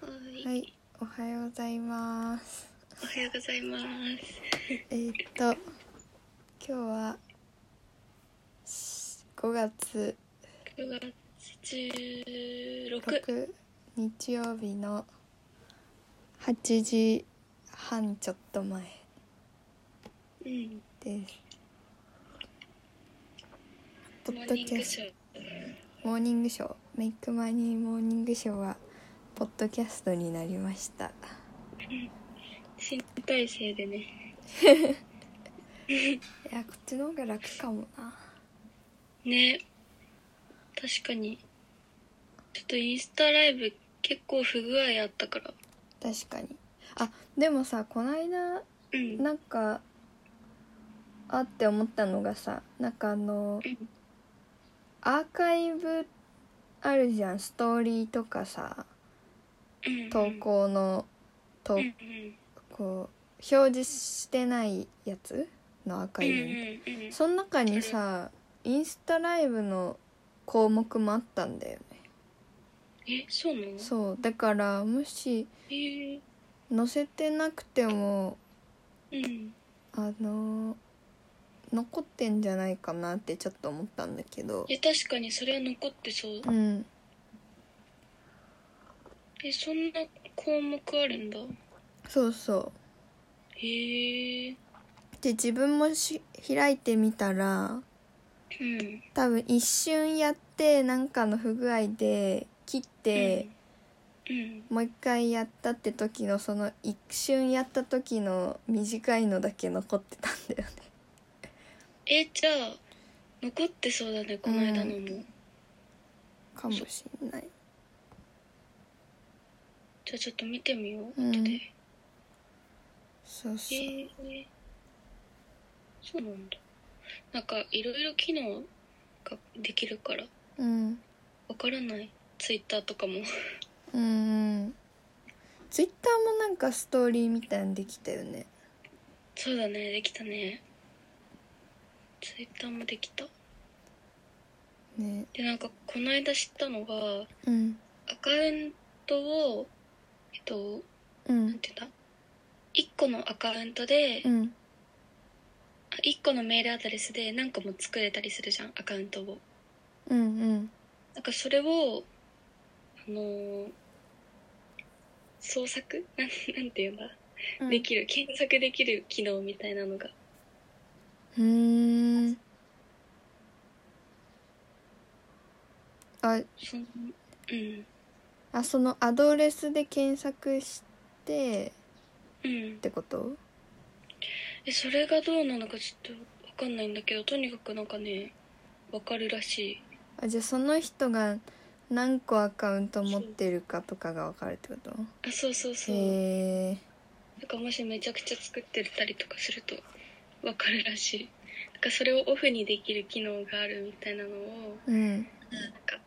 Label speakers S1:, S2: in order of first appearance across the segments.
S1: はい、
S2: はい、おはようございます。
S1: おはようございます。
S2: えーっと、今日はし5月
S1: 9月16
S2: 6日曜日の8時半ちょっと前
S1: うん、
S2: です。ポ
S1: モ
S2: ッ
S1: ー
S2: ド
S1: ニン
S2: キャ
S1: グ
S2: ス
S1: ショー。
S2: ト、モーニングショー、メイクマニーモーニングショーは、ポッドキャストになりました。
S1: 新体制でね。
S2: いや、こっちの方が楽かもな。
S1: ね。確かに。ちょっとインスタライブ結構不具合あったから。
S2: 確かに。あ、でもさ、こないだ、
S1: うん。
S2: なんかあって思ったのがさなんかあの
S1: うん
S2: アーカイブあるじゃんストーリーとかさ
S1: うん
S2: 投。稿のと、
S1: うんうん。
S2: こう表示してないやつのアーカ
S1: うん
S2: イ
S1: う
S2: ブ、
S1: んうん。
S2: その中にさインスタライブの項目もあったんだよね
S1: え、そうなの
S2: そうだからもし
S1: えー、
S2: 載せてなくても
S1: うん。
S2: あの残ってんじゃないかなってちょっと思ったんだけど
S1: いや、確かにそれは残ってそう。
S2: うん
S1: え、そんな項目あるんだ。
S2: そうそう
S1: へえー。
S2: で自分もし開いてみたら
S1: うん。
S2: 多分一瞬やってなんかの不具合で切って、
S1: うん。
S2: もう一回やったって時のその一瞬やった時の短いのだけ残ってたんだよね
S1: えじゃあ残ってそうだねこの間のも、じ
S2: かもしんない
S1: ゃあちょっと見てみよう
S2: うん
S1: 後で、
S2: そうそう、
S1: えーそうなんだなんかいろいろ機能ができるから
S2: うん
S1: わからないツイッターとかも
S2: うんうんツイッターもなんかストーリーみたいにできたよね
S1: そうだねできたねツイッターもできた
S2: ね
S1: でなんかこの間知ったのが
S2: うん
S1: アカウントをえっと
S2: う
S1: なん
S2: ん
S1: ていうんだ1個のアカウントで、
S2: うん
S1: 1個のメールアドレスで何個も作れたりするじゃんアカウントを
S2: うんうん
S1: なんかそれをあのー創作 なんなんていうんだ、
S2: うん
S1: できる検索できる機能みたいなのが
S2: うーんあ
S1: そのうん
S2: あそのアドレスで検索して
S1: うん
S2: ってこと
S1: えそれがどうなのかちょっとわかんないんだけどとにかくなんかねわかるらし
S2: あじゃあその人が何個アカウント持ってるかとかが分かるってこと
S1: いあそうそうそう、
S2: へえ
S1: なんかもしめちゃくちゃ作ってたりとかするとわかるらしいなんかそれをオフにできる機能があるみたいなのを
S2: うん
S1: なんか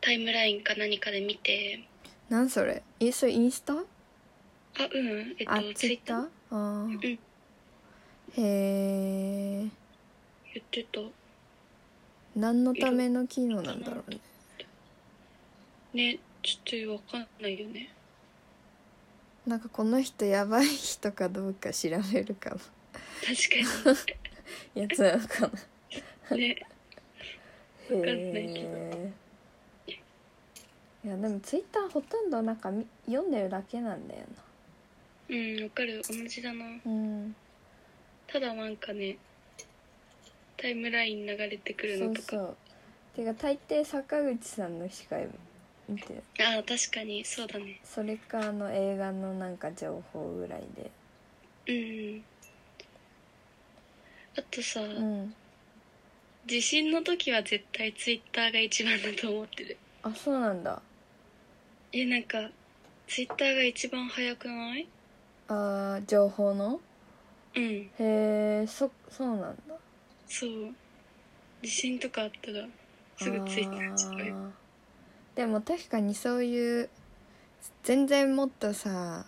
S1: タイムラインか何かで見て
S2: 何それえそれインスタ
S1: あうんえっ
S2: あ
S1: と
S2: ツイッターあーへえ
S1: 言ってた
S2: 何のための機能なんだろうね
S1: ねちょっとわかんないよね
S2: なんかこの人やばい人かどうか調べるかの
S1: 確か
S2: やつなのかな
S1: にね
S2: わ
S1: かんないけど
S2: いやでもツイッターほとんどなんかみ読んでるだけなんだよ
S1: うんわかる同じだな
S2: なうん
S1: ただなんかねタイムライン流れてくる
S2: そ
S1: の
S2: う
S1: とか
S2: そうてか大抵坂口さんのしか見てない
S1: ああ確かにそうだね
S2: それかあの映画のなんか情報ぐらいで
S1: うんあとさ、
S2: うん
S1: 地震の時は絶対ツイッターが一番だと思ってる
S2: あそうなんだ
S1: えなんかツイッターが一番早くない
S2: あー情報の
S1: うん
S2: へえそそうなんだ
S1: そう地震とかあったらすぐツイッター使うよ
S2: あーでも確かにそういう全然もっとさ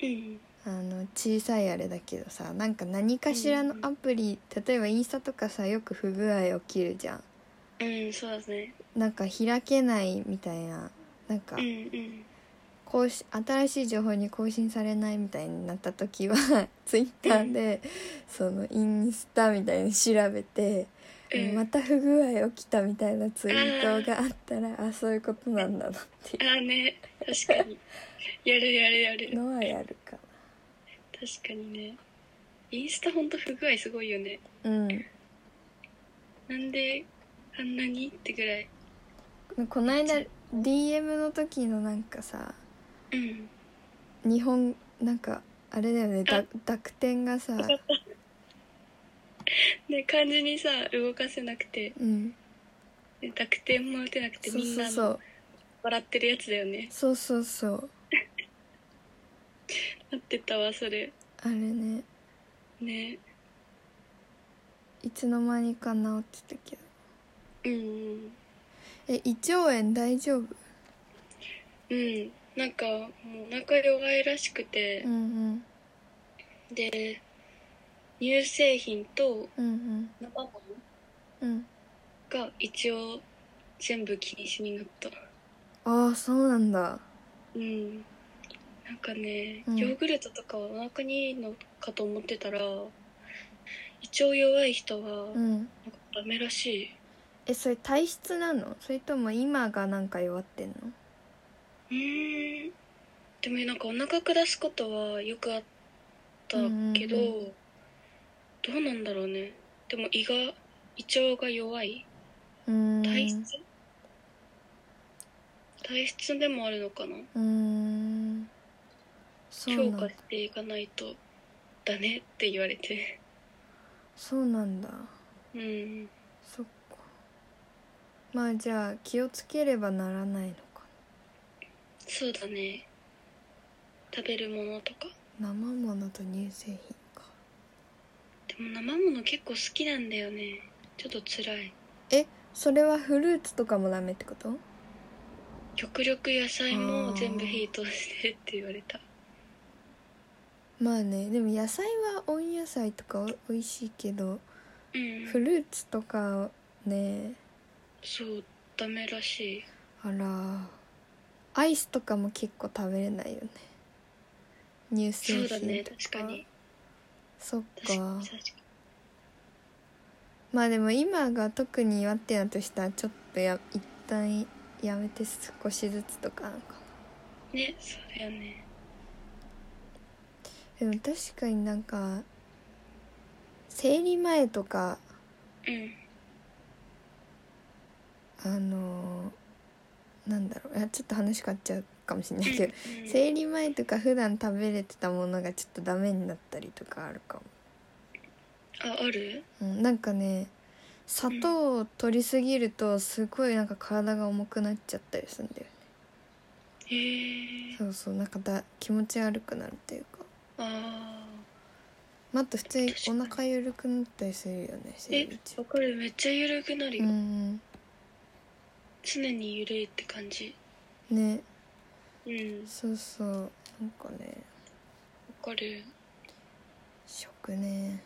S1: うん
S2: あの小さいあれだけどさなんか何かしらのアプリ、例えばインスタとかさよく不具合起きるじゃん
S1: うんそうだね
S2: なんか開けないみたいななんか
S1: うんうん
S2: 更新新しい情報に更新されないみたいになった時 はツイッターでそのインスタみたいに調べて、
S1: うん
S2: また不具合起きたみたいなツイートがあったらあそういうことなんだなってい
S1: ああね確 かにやるやるやる
S2: うのはやるか
S1: 確かにねインスタほんと不具合すごいよね
S2: なうん
S1: なんであんなにってぐらい
S2: この間 DM の時のなんかさ
S1: うん
S2: 日本なんかあれだよねだ濁点が さ、
S1: ね漢字にさ動かせなくて
S2: うん、
S1: ね濁点も打てなくて
S2: そう
S1: みん
S2: そう
S1: な
S2: そう
S1: 笑ってるやつだよね
S2: そうそうそう
S1: なってたわそれ
S2: あれね
S1: ね
S2: いつの間にか治ってたけど
S1: うんうん
S2: え胃腸炎大丈夫
S1: うんなんかもうお腹弱いらしくて
S2: う、ん
S1: で乳製品と
S2: うんうん
S1: 生もの
S2: うんうん
S1: が一応全部禁止になった
S2: ああそうなんだ
S1: うんなんかね、
S2: うん
S1: ヨーグルトとかはお腹にいいのかと思ってたら胃腸弱い人はなん
S2: う
S1: か
S2: ん
S1: ダメらしい、
S2: えそれ体質なのそれとも今がなんか弱ってんの
S1: うーんでもなんかお腹下すことはよくあったけど、
S2: うんう
S1: どうなんだろうねでも胃が胃腸が弱いう
S2: ーん
S1: 体質、体質でもあるのかな
S2: うーんそう
S1: 強
S2: な
S1: 化
S2: んだ
S1: していかないとだねって言われて
S2: そうなんだ
S1: うん
S2: そっかまあじゃあ気をつければならないのか
S1: そうだね食べるものとか
S2: 生ものと乳製品か
S1: でも生もの結構好きなんだよねちょっと辛い
S2: それはフルーツとかもダメってこと
S1: 極力野菜
S2: あ
S1: も
S2: ー
S1: 全部火通してって言われた
S2: まあねでも野菜は温野菜とかお美味しいけど
S1: うん
S2: フルーツとかね
S1: そうダメらしい
S2: あらアイスとかも結構食べれないよね乳製
S1: そう
S2: 品とか
S1: だね確かに
S2: そっ
S1: 確か
S2: か
S1: に確か
S2: まあでも今が特に弱ってなとしたらちょっとや一旦やめて少しずつとかなのかな
S1: にねそうだよね
S2: でも確かになんか生理前とか
S1: うん
S2: あのーなんだろういやちょっと話変わっちゃうかもしれないけど
S1: うん
S2: 生理前とか普段食べれてたものがちょっとダメになったりとかあるかも、
S1: あある
S2: うん、なんかね砂糖を取りすぎるとすごいなんか体が重くなっちゃったりするんだよ
S1: へえ
S2: そうそうなんかだ気持ち悪くなるっていうか
S1: あ
S2: まああと普通に
S1: 確かに
S2: お腹緩くなったりするよね
S1: ー
S2: 生
S1: え
S2: 理中
S1: わかるめっちゃゆるくなる
S2: う
S1: よ、
S2: ん
S1: 常にゆるいって感じ
S2: ね
S1: うん
S2: そうそうなんかね
S1: わかる
S2: 食ね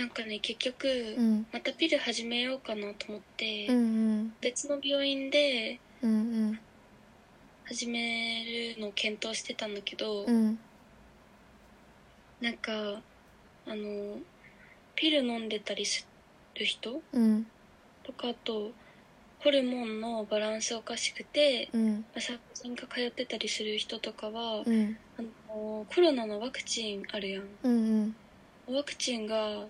S1: なんかね結局、
S2: うん
S1: またピル始めようかなと思って、
S2: うんうん
S1: 別の病院で
S2: うん
S1: 始めるのを検討してたんだけど、
S2: うんうん
S1: なんかあのピル飲んでたりする人
S2: うん
S1: とかあとホルモンのバランスおかしくて
S2: うん
S1: 産婦人科通ってたりする人とかは、
S2: うん
S1: あのコロナのワクチンあるやん
S2: うん
S1: ワクチンが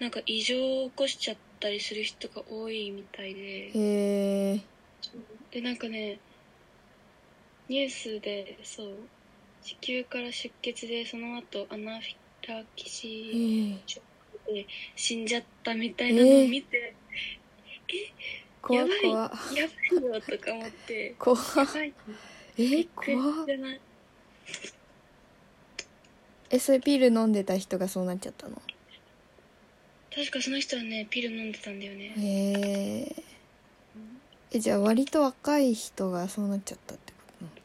S1: なんか異常を起こしちゃったりする人が多いみたいで
S2: うんへえ
S1: でなんかねニュースでそう子宮から出血でその後アナフィラキシ
S2: え
S1: ー
S2: ー、
S1: で死んじゃったみたいなのを見て、
S2: 怖っ怖っ
S1: やばいよとか思って
S2: 怖っ
S1: やばい
S2: え
S1: び
S2: ー
S1: っ、くり
S2: 怖っ
S1: じゃない
S2: えそれピル飲んでた人がそうなっちゃったの
S1: 確かその人はねピル飲んでたんだよね
S2: へええじゃあ割と若い人がそうなっちゃったってことなのか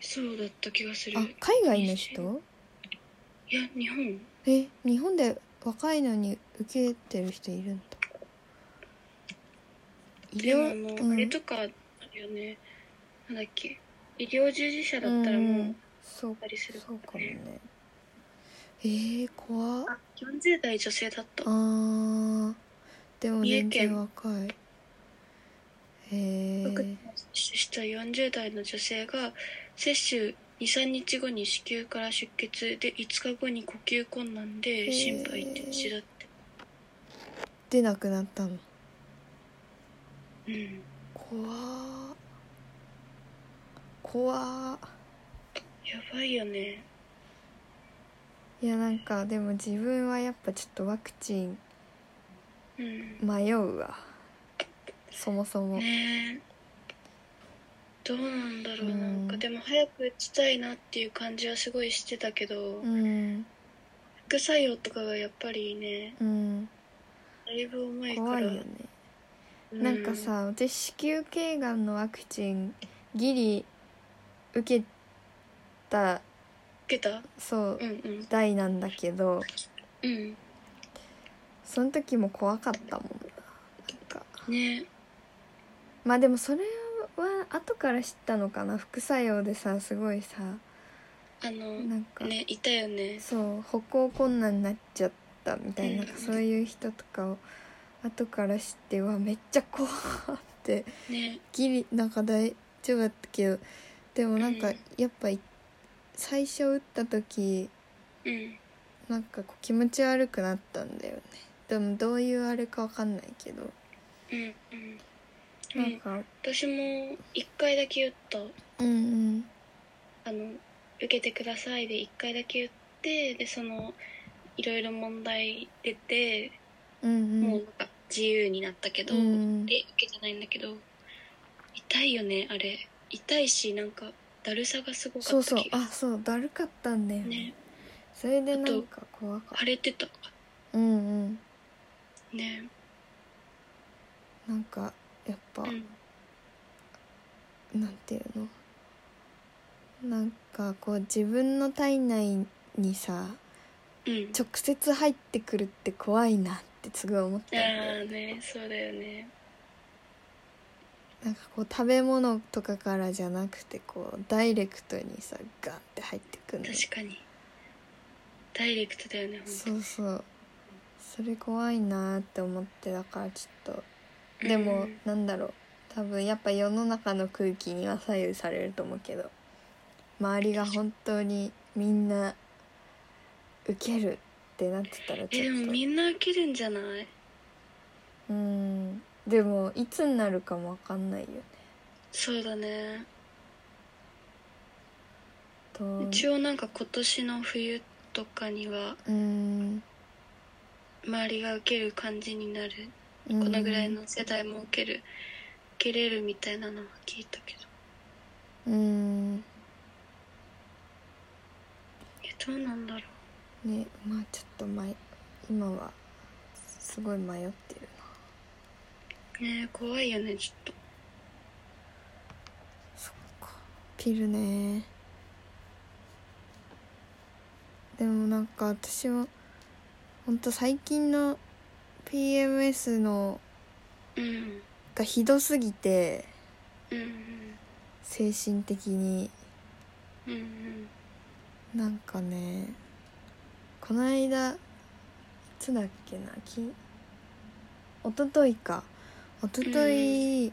S1: そうだった気がする
S2: あ海外の人
S1: いや日本
S2: え日本で若いのに受けてる人いるんだ医
S1: でもあ
S2: 療
S1: の、
S2: うん
S1: あれとかあるよねなんだっけ医療従事者だったら
S2: う
S1: もうん
S2: そう
S1: たりする
S2: そうかも
S1: ね
S2: ねえー、怖っ
S1: あ40代女性だった
S2: あーでも
S1: 三重
S2: 年
S1: 県
S2: 齢若いへえ
S1: ワクチンを接種した40代の女性が接種23日後に子宮から出血で5日後に呼吸困難
S2: へー
S1: で心肺停止だって、
S2: 出なくなったの
S1: うん
S2: 怖っ怖っ
S1: やばいよね
S2: いやなんかでも自分はやっぱちょっとワクチン
S1: うん
S2: 迷うわそもそも
S1: ねえどうなんだろう、
S2: う
S1: な
S2: ん
S1: んかでも早く打ちたいなっていう感じはすごいしてたけど、
S2: うん
S1: 副作用とかがやっぱりね
S2: うん
S1: だいぶ重いから
S2: 怖いよね
S1: う
S2: なんかさ私子宮頸がんのワクチンギリ受けた
S1: 受けた
S2: そう
S1: うんうん
S2: 代なんだけど
S1: うん
S2: その時も怖かったもんななんか
S1: ね
S2: まあでもそれは後から知ったのかな副作用でさすごいさ
S1: あの
S2: なんか
S1: ねいたよね
S2: そう歩行困難になっちゃったみたいななんか
S1: うん
S2: そういう人とかを後から知ってうわめっちゃ怖って
S1: ね
S2: ギリなんか大丈夫だったけどでもなんか
S1: うん
S2: やっぱい最初打った時
S1: うん
S2: なんかこう気持ち悪くなったんだよねでもどういうあれかわかんないけど
S1: うんうんう
S2: なん
S1: ん、
S2: か
S1: 私も1回だけ打った
S2: うんうん
S1: あの受けてくださいで1回だけ打ってでそのいろいろ問題出て、
S2: うん
S1: もうなんか自由になったけど、
S2: うん
S1: で受けてないんだけど痛いよねあれ痛いしなんかだるさがすごか
S2: そう
S1: った
S2: そう
S1: 気が
S2: あそうだるかったんだよね
S1: ね
S2: それでなんか怖かっ
S1: 腫れてた
S2: たうんうん
S1: ね
S2: なんかやっぱ、
S1: うん
S2: なんていうのなんかこう自分の体内にさ
S1: うん
S2: 直接入ってくるって怖いなってすごい思ったんだよ
S1: ああねそうだよね
S2: なんかこう食べ物とかからじゃなくてこうダイレクトにさガンって入ってくるの
S1: 確かにダイレクトだよねほんと
S2: そうそうそれ怖いなって思ってだからちょっとでも、
S1: うん
S2: なんだろう多分やっぱ世の中の空気には左右されると思うけど周りが本当にみんな受けるってなってたら
S1: え
S2: ち
S1: で
S2: ょっ
S1: も
S2: と
S1: みんな受けるんじゃない
S2: うんでもいつになるかもわかんないよね
S1: そうだね
S2: と
S1: 一応なんか今年の冬とかには
S2: うん
S1: 周りが受ける感じになる
S2: こ
S1: このぐらいの世代も受ける受けれるみたいなのは聞いたけど
S2: うん
S1: えどうなんだろ
S2: ねまあちょっと迷今はすごい迷ってるな
S1: うねえ怖いよねちょっ
S2: そっかピルねでもなんか私はほんと最近の PMS の
S1: とうん
S2: がひどすぎて
S1: うん
S2: 精神的に
S1: うんうん
S2: なんかねこの間いつだっけなき一昨日か一昨日、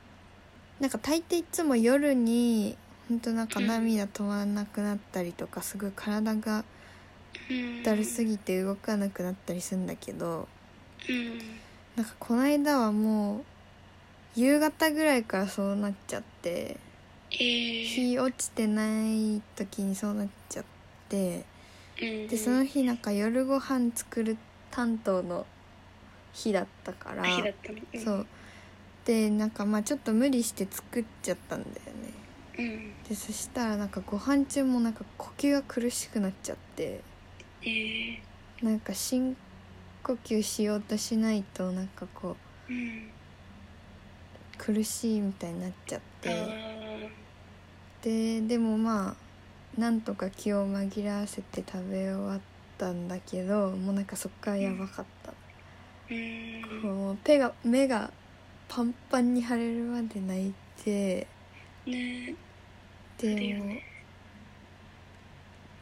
S2: なんか大抵いつも夜にほんとなんか涙止まらなくなったりとかすごい体が
S1: うんうん
S2: だるすぎて動かなくなったりするんだけど
S1: うん
S2: なんかこの間はもう夕方ぐらいからそうなっちゃって
S1: えー、
S2: 日落ちてない時にそうなっちゃって。
S1: うん
S2: でその日なんか夜ご飯作る担当の日だったから
S1: 日だったのうん
S2: そうでなんかまあちょっと無理して作っちゃったんだよ
S1: う
S2: ね
S1: ん
S2: でそしたらなんかご飯中もなんか呼吸が苦しくなっちゃって
S1: えー、
S2: なんか深呼吸しようとしないとなんかこう
S1: うん
S2: 苦しいみたいになっちゃっ
S1: あ
S2: て
S1: ー
S2: ででもまあなんとか気を紛らわせて食べ終わったんだけどもうなんかそっからやばかった
S1: うん
S2: こう手が目がパンパンに腫れるまで泣いて
S1: ねある
S2: で
S1: よ
S2: も
S1: ね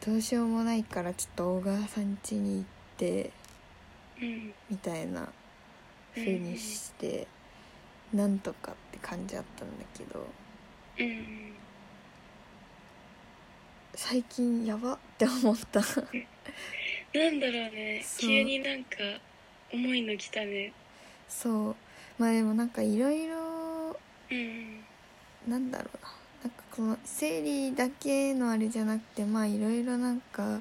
S2: どうしようもないからちょっと小川さん家に行って
S1: うん
S2: みたいな風にして、なんとかって感じあったんだけど
S1: うん
S2: 最近やばって思った
S1: なんだろうね
S2: そう
S1: 急になんか重いの来たね
S2: そうまあでもなんかいろいろ
S1: うん
S2: なんだろうななんかこの生理だけのあれじゃなくてまあいろいろなんか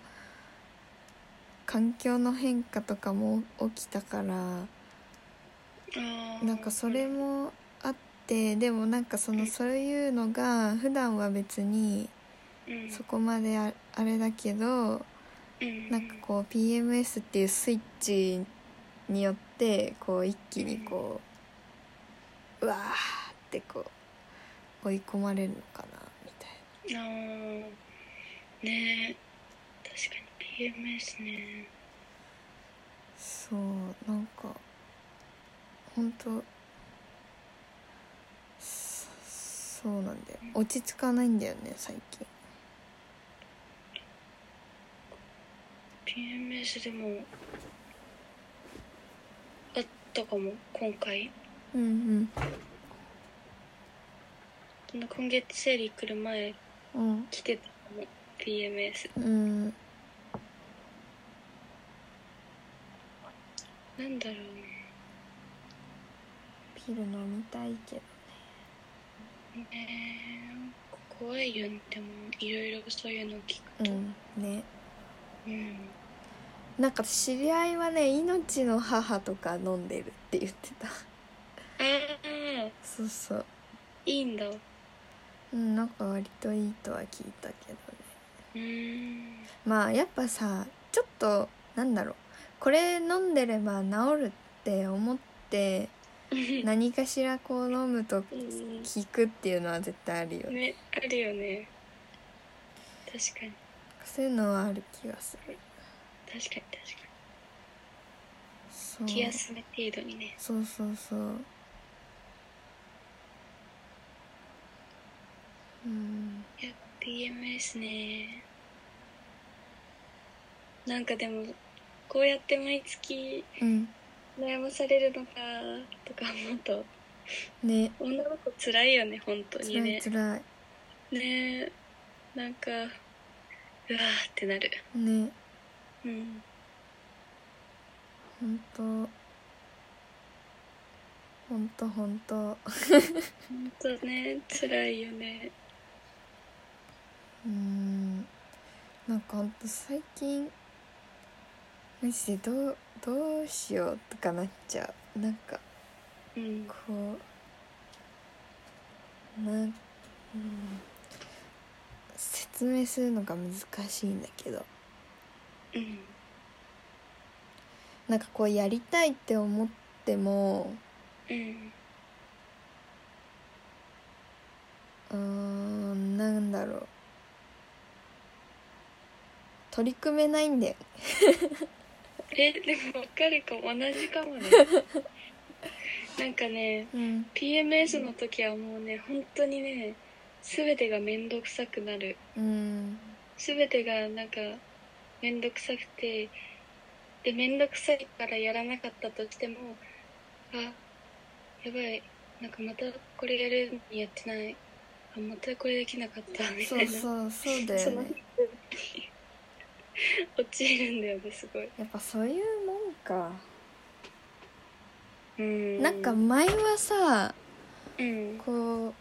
S2: 環境の変化とかも起きたから
S1: あー
S2: なんかそれもあってでもなんかそのそういうのが普段は別に
S1: うん
S2: そこまでああれだけど
S1: うん
S2: なんかこう PMS っていうスイッチによってこう一気にこううわーってこう追い込まれるのかなみたいな。
S1: あーねえ確かに PMS ね
S2: そうなんか本当そそうなんだよ落ち着かないんだよね最近
S1: PMS でもあったかも今回
S2: うん
S1: その今月生理来る前
S2: うん
S1: 来てたの PMS
S2: うんうん
S1: なんだろうね
S2: ピル飲みたいけど
S1: ねえなんか怖いよねでもいろいろそういうの聞くと
S2: うんね
S1: うん
S2: なんか知り合いはね「命の母」とか飲んでるって言ってた
S1: ああ
S2: そうそう
S1: いいんだう
S2: うんなんか割といいとは聞いたけどね
S1: ーん
S2: まあやっぱさちょっとなんだろうこれ飲んでれば治るって思って何かしらこう飲むと
S1: うん
S2: 効くっていうのは絶対あるよね
S1: ねあるよね確かに
S2: そういうのはある気がする
S1: 確かに確か
S2: そう
S1: に気休め程度にね
S2: そうそうそううん
S1: いや PMS ねなんかでもこうやって毎月
S2: うん
S1: 悩まされるのかとか思うと
S2: ね
S1: 女の子辛いよね本当
S2: つ
S1: に
S2: らい
S1: ね
S2: つらい
S1: ねえなんかうわーってなる
S2: ね
S1: うん
S2: ほんとほんとほんと
S1: 本当ね辛いよね
S2: うんなんかほんと最近マジでどうどうしようとかなっちゃうなんか
S1: うん
S2: こうなん、うん、説明するのが難しいんだけど
S1: うん
S2: なんかこうやりたいって思っても
S1: うん
S2: うーんなんだろう取り組めないんだよね
S1: えでも分かるかも同じかもねなんかね
S2: うん
S1: PMS の時はもうね本当にね全てが面倒くさくなる
S2: うん
S1: 全てがなんか面倒くさくてで面倒くさいからやらなかったとしてもあやばいなんかまたこれやるのにやってないあまたこれできなかったみた
S2: そう
S1: いな
S2: そうそうだ
S1: そ
S2: よ
S1: の
S2: ね
S1: 陥るんだよねすごい
S2: やっぱそういうもんか
S1: うん
S2: なんか前はさ
S1: うん
S2: こう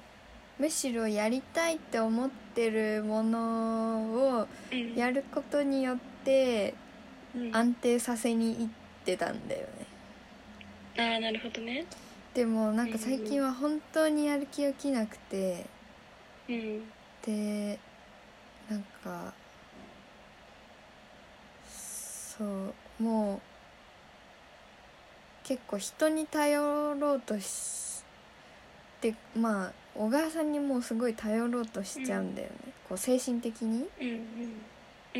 S2: むしろやりたいって思ってるものを
S1: うん
S2: やることによって
S1: うんあ
S2: 安定させにいってたんだよね
S1: あなるほどね
S2: でもなんか最近は本当にやる気起きなくて
S1: うん
S2: でなんかそうもう結構人に頼ろうとしてまあ小川さんにもうすごい頼ろうとしちゃうんだよね、こう精神的に
S1: うんうんう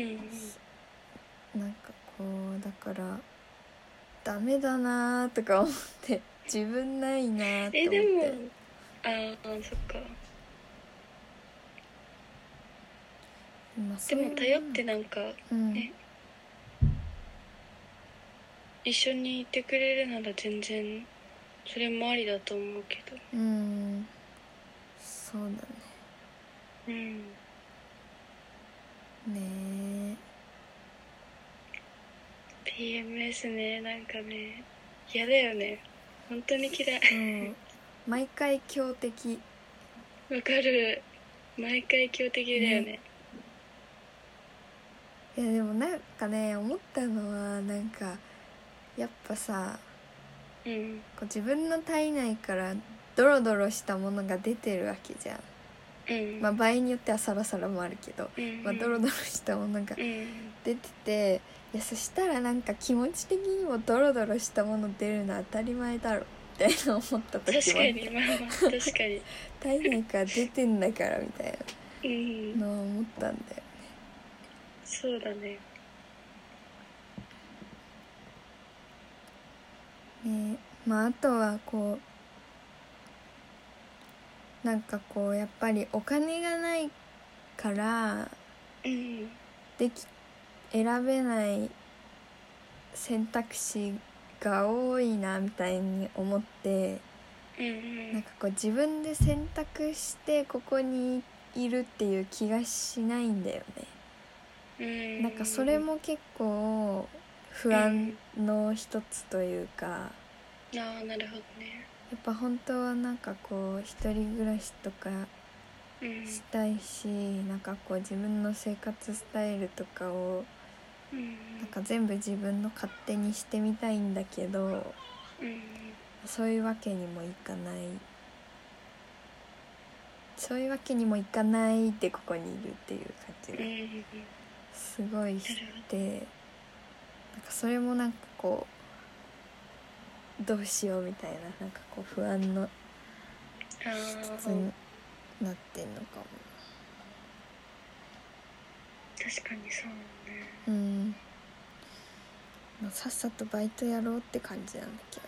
S1: ん
S2: なんかこうだからダメだなーとか思って自分ないなーって
S1: え
S2: 思って
S1: でもああそっか
S2: まあそ
S1: で
S2: ういう
S1: も頼ってなんか
S2: うん
S1: ね一緒にいてくれるなら全然それもありだと思うけど
S2: うんそうだね
S1: うん
S2: ね
S1: PMS ねなんかね嫌だよね本当に 嫌い
S2: えうん毎回強敵
S1: わかる毎回強敵だよね
S2: いやでもなんかね思ったのはなんかやっぱさ
S1: うん
S2: こう自分の体内からドロドロしたものが出てるわけじゃ
S1: うん
S2: ん、まあ、場合によってはサラサラもあるけど、
S1: うん
S2: まあ、ドロドロしたものが
S1: うん
S2: 出てていやそしたらなんか気持ち的にもドロドロしたもの出るの当たり前だろみたいな思った時
S1: 確か
S2: は
S1: にまあまあ確かに
S2: 体内から出てんだからみたい
S1: うん
S2: なのは思ったんだよ
S1: そうだね
S2: ねまああとはこうなんかこうやっぱりお金がないから
S1: うん
S2: でき選べない選択肢が多いなみたいに思って
S1: うんう
S2: なん
S1: ん
S2: かこう自分で選択してここにいるっていう気がしないんだよ
S1: うん
S2: ねなんかそれも結構不安の一つというか
S1: ああなるほどね
S2: やっぱ本当はなんかこう一人暮らしとか
S1: うん
S2: したいしなんかこう自分の生活スタイルとかを
S1: うん
S2: なんか全部自分の勝手にしてみたいんだけど
S1: うん
S2: そういうわけにもいかないそういうわけにもいかないでここにいるっていう感じ
S1: う
S2: が
S1: ん
S2: すごいしてなんかそれもなんかこうどうしようみたいななんかこう不安の
S1: あ
S2: 一つ
S1: ー
S2: になってんのかも。
S1: 確かにそうね
S2: うんまあさっさとバイトやろうって感じなんだけ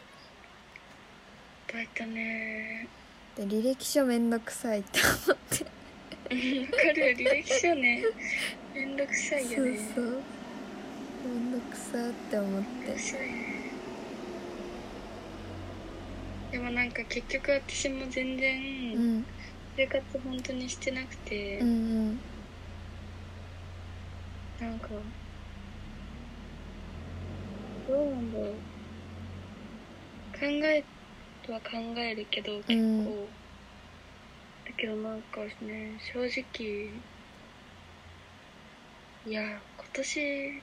S1: バイトね
S2: どで履歴書めんどくさいって思って
S1: うんわかる履歴書ねめんどくさい
S2: そ
S1: よ
S2: う
S1: ね
S2: そうめんどくさって思って
S1: そうねでもなんか結局私も全
S2: う
S1: 然
S2: ん
S1: 生活本当にしてなくて、
S2: うんうん
S1: なんかどうなんだろう考えは考えるけど結構、
S2: うん
S1: だけどなんかね正直いや今年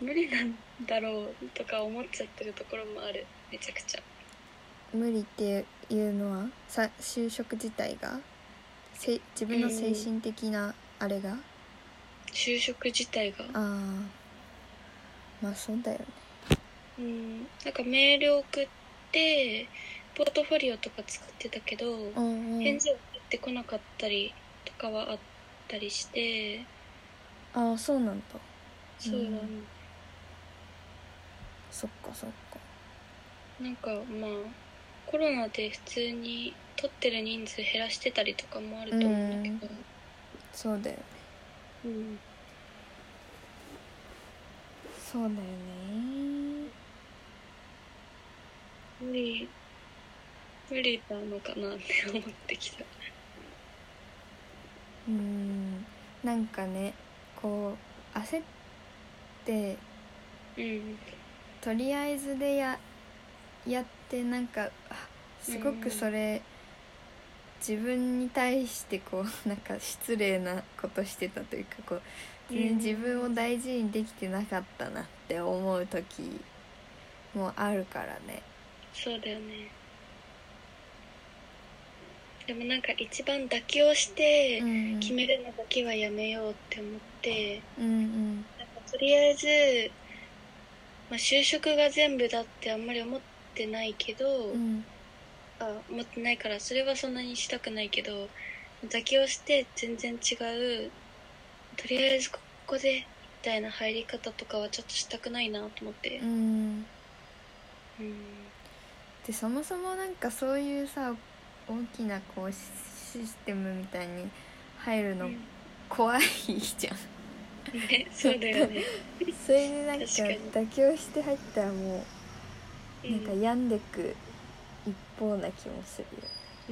S1: 無理なんだろうとか思っちゃってるところもあるめちゃくちゃ
S2: 無理っていうのはさ就職自体がせ自分の精神的なあれが、
S1: 就職自体が
S2: ああまあそうだよね
S1: うんなんかメール送ってポートフォリオとか作ってたけど、
S2: うんうん
S1: 返事を送ってこなかったりとかはあったりして
S2: ああそうなんだ
S1: そうだね、
S2: そっかそっか
S1: なんかまあコロナで普通に取ってる人数減らしてたりとかもあると思うんだけど
S2: そうだよね
S1: うん、
S2: そうだよね
S1: 無理無理なのかなって思ってきた
S2: うーんなんかねこう焦って
S1: うん
S2: とりあえずでややってなんかあすごくそれ、自分に対してこう なんか失礼なことしてたというかこう、ね
S1: うん
S2: 自分を大事にできてなかったなって思う時もあるからね。
S1: そうだよねでもなんか一番妥協して
S2: うんうん
S1: 決めるのだけはやめようって思って、
S2: うん
S1: なんかとりあえず、まあ、就職が全部だってあんまり思ってないけど、
S2: うんうん
S1: あ思ってないからそれはそんなにしたくないけど妥協して全然違うとりあえずここでみたいな入り方とかはちょっとしたくないなと思って
S2: う、ん
S1: うん、
S2: でそもそもなんかそういうさ大きなこうシシステムみたいに入るの
S1: うん
S2: 怖い じゃん
S1: ね、 そうだよね。
S2: それでなんか
S1: 確かに
S2: 妥協して入ったらも
S1: う
S2: うなんか病んでく一方な気もする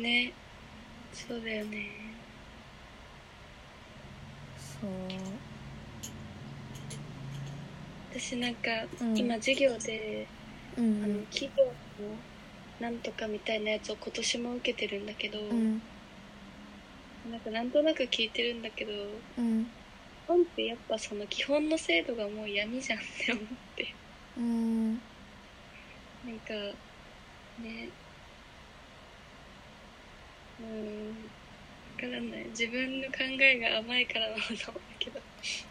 S2: よ
S1: ね。そうだよね。
S2: そう
S1: 私なんか、
S2: うん
S1: 今授業で、
S2: う
S1: あの
S2: ん
S1: 企業のなんとかみたいなやつを今年も受けてるんだけど、
S2: うん
S1: なんかなんとなく聞いてるんだけど、
S2: うん
S1: 日本ってやっぱその基本の制度がもう闇じゃんって思って。
S2: うん
S1: なんか、ね。うーん。わからない。自分の考えが甘いからなのかもだけど、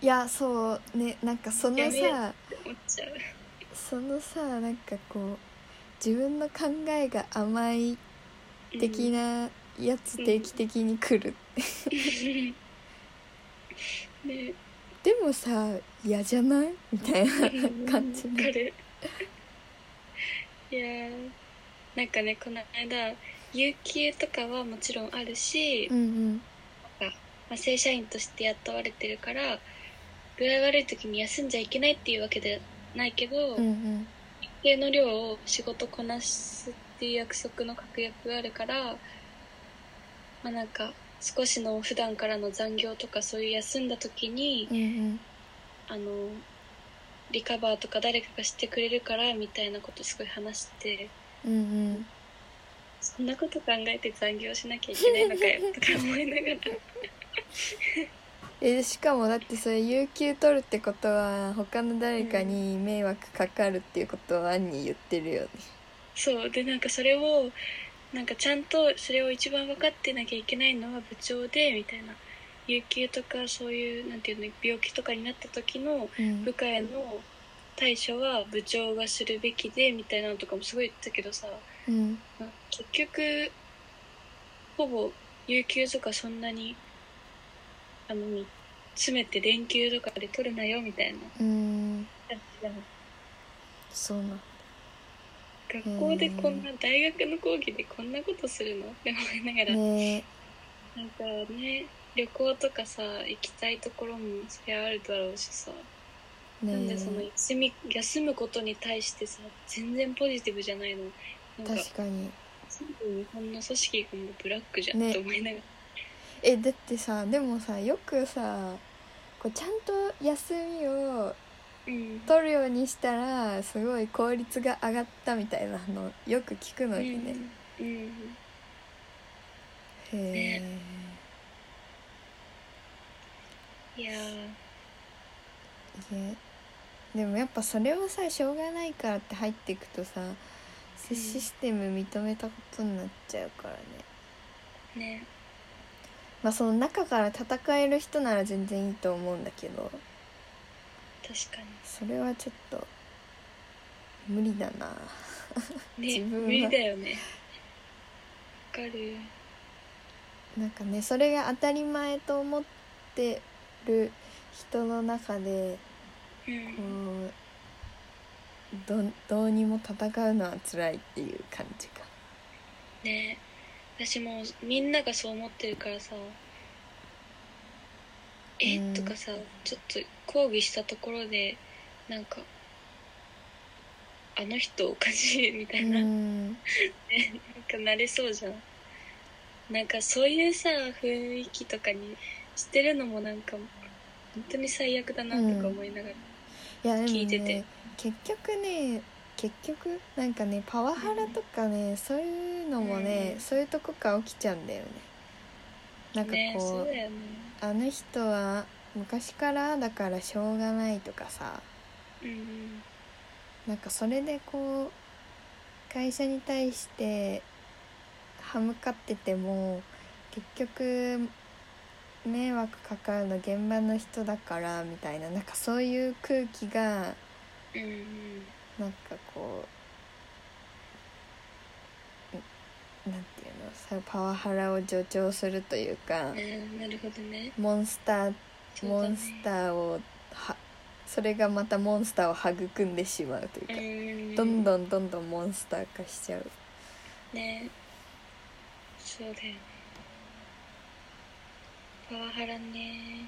S2: いやそうねなんかその
S1: やめ
S2: さ
S1: よ思っちゃう。
S2: そのさなんかこう自分の考えが甘い的なやつ
S1: うん
S2: 定期的に来る、
S1: うん。ね。
S2: でもさ嫌じゃないみたいな 感じ
S1: わかる。いやーなんかね、この間、有給とかはもちろんあるし、
S2: うんうん
S1: まあ、正社員として雇われてるから、具合悪い時に休んじゃいけないっていうわけではないけど、
S2: うんうん
S1: 一定の量を仕事こなすっていう約束の確約があるから、まあなんか、少しの普段からの残業とかそういう休んだ時に
S2: う、ん
S1: あの、リカバーとか誰かがしてくれるからみたいなことすごい話して、
S2: うんうんうん
S1: そんなこと考えて残業しなきゃいけないのかよとか思いながら。
S2: えしかもだってそれ有給取るってことは他の誰かに迷惑かかるっていうことをンに言ってるよね
S1: そう。で、なんかそれを、なんかちゃんとそれを一番分かってなきゃいけないのは部長で、みたいな。有給とかそういう、なんていうの、病気とかになった時の
S2: うん
S1: 部下への対処は部長がするべきで、みたいなのとかもすごい言ってたけどさ、
S2: うん
S1: まあ結局、ほぼ有給とかそんなに、あの、詰めて連休とかで取るなよ、みたいな
S2: うん
S1: 感じだもん
S2: そうなん
S1: 学校でこんな大学の講義でこんなことするのって思いながら、
S2: ね
S1: なんかね旅行とかさ行きたいところもそりゃあるだろうしさ、
S2: えねえ
S1: なんでその休み休むことに対してさ全然ポジティブじゃないのなんか
S2: 確かに
S1: 日本の組織がもうブラックじゃん
S2: ね
S1: って思いながら、
S2: えだってさでもさよくさこうちゃんと休みを
S1: うん
S2: 取るようにしたらすごい効率が上がったみたいなのよく聞くのにね、
S1: うん、うん
S2: へえ
S1: いやー
S2: ねでもやっぱそれはさしょうがないからって入っていくとさシシステム認めたことになっちゃうからね
S1: ね
S2: まあその中から戦える人なら全然いいと思うんだけど
S1: 確か
S2: それはちょっと無理だな
S1: にね
S2: 自分は
S1: 無理だよねわかる
S2: なんかねそれが当たり前と思ってる人の中で
S1: う
S2: こ
S1: ん
S2: うどどうにも戦うのは辛いっていう感じか
S1: ね私もうみんながそう思ってるからさ「え
S2: うん
S1: とかさちょっと抗議したところでなんか「あの人おかしい」みた
S2: う
S1: いな,、なん
S2: ん
S1: かなれそうじゃんなんかそういうさ雰囲気とかにしてるのもなんか本当に最悪だなとか思いながら、
S2: いやでもね
S1: 聞いてて
S2: 結局ね結局なんかねパワハラとかね、そういうのもね、
S1: うん
S2: そういうとこから起きちゃうんだよねなんか
S1: ね
S2: こ
S1: そう
S2: う、
S1: だよね
S2: あの人は昔からだからしょうがないとかさ
S1: うん
S2: なんかそれでこう会社に対して歯向かってても結局迷惑かかるの現場の人だからみたいななんかそういう空気が
S1: うんうん
S2: なんかこうんなんていうのさパワハラを助長するというか
S1: うんなるほどね
S2: モンスター
S1: そう
S2: モ
S1: だね
S2: ンスターをはそれがまたモンスターを育んでしまうという
S1: う
S2: か、
S1: ん
S2: どんどんどんどんモンスター化しちゃう
S1: ねそうだよねパワハラね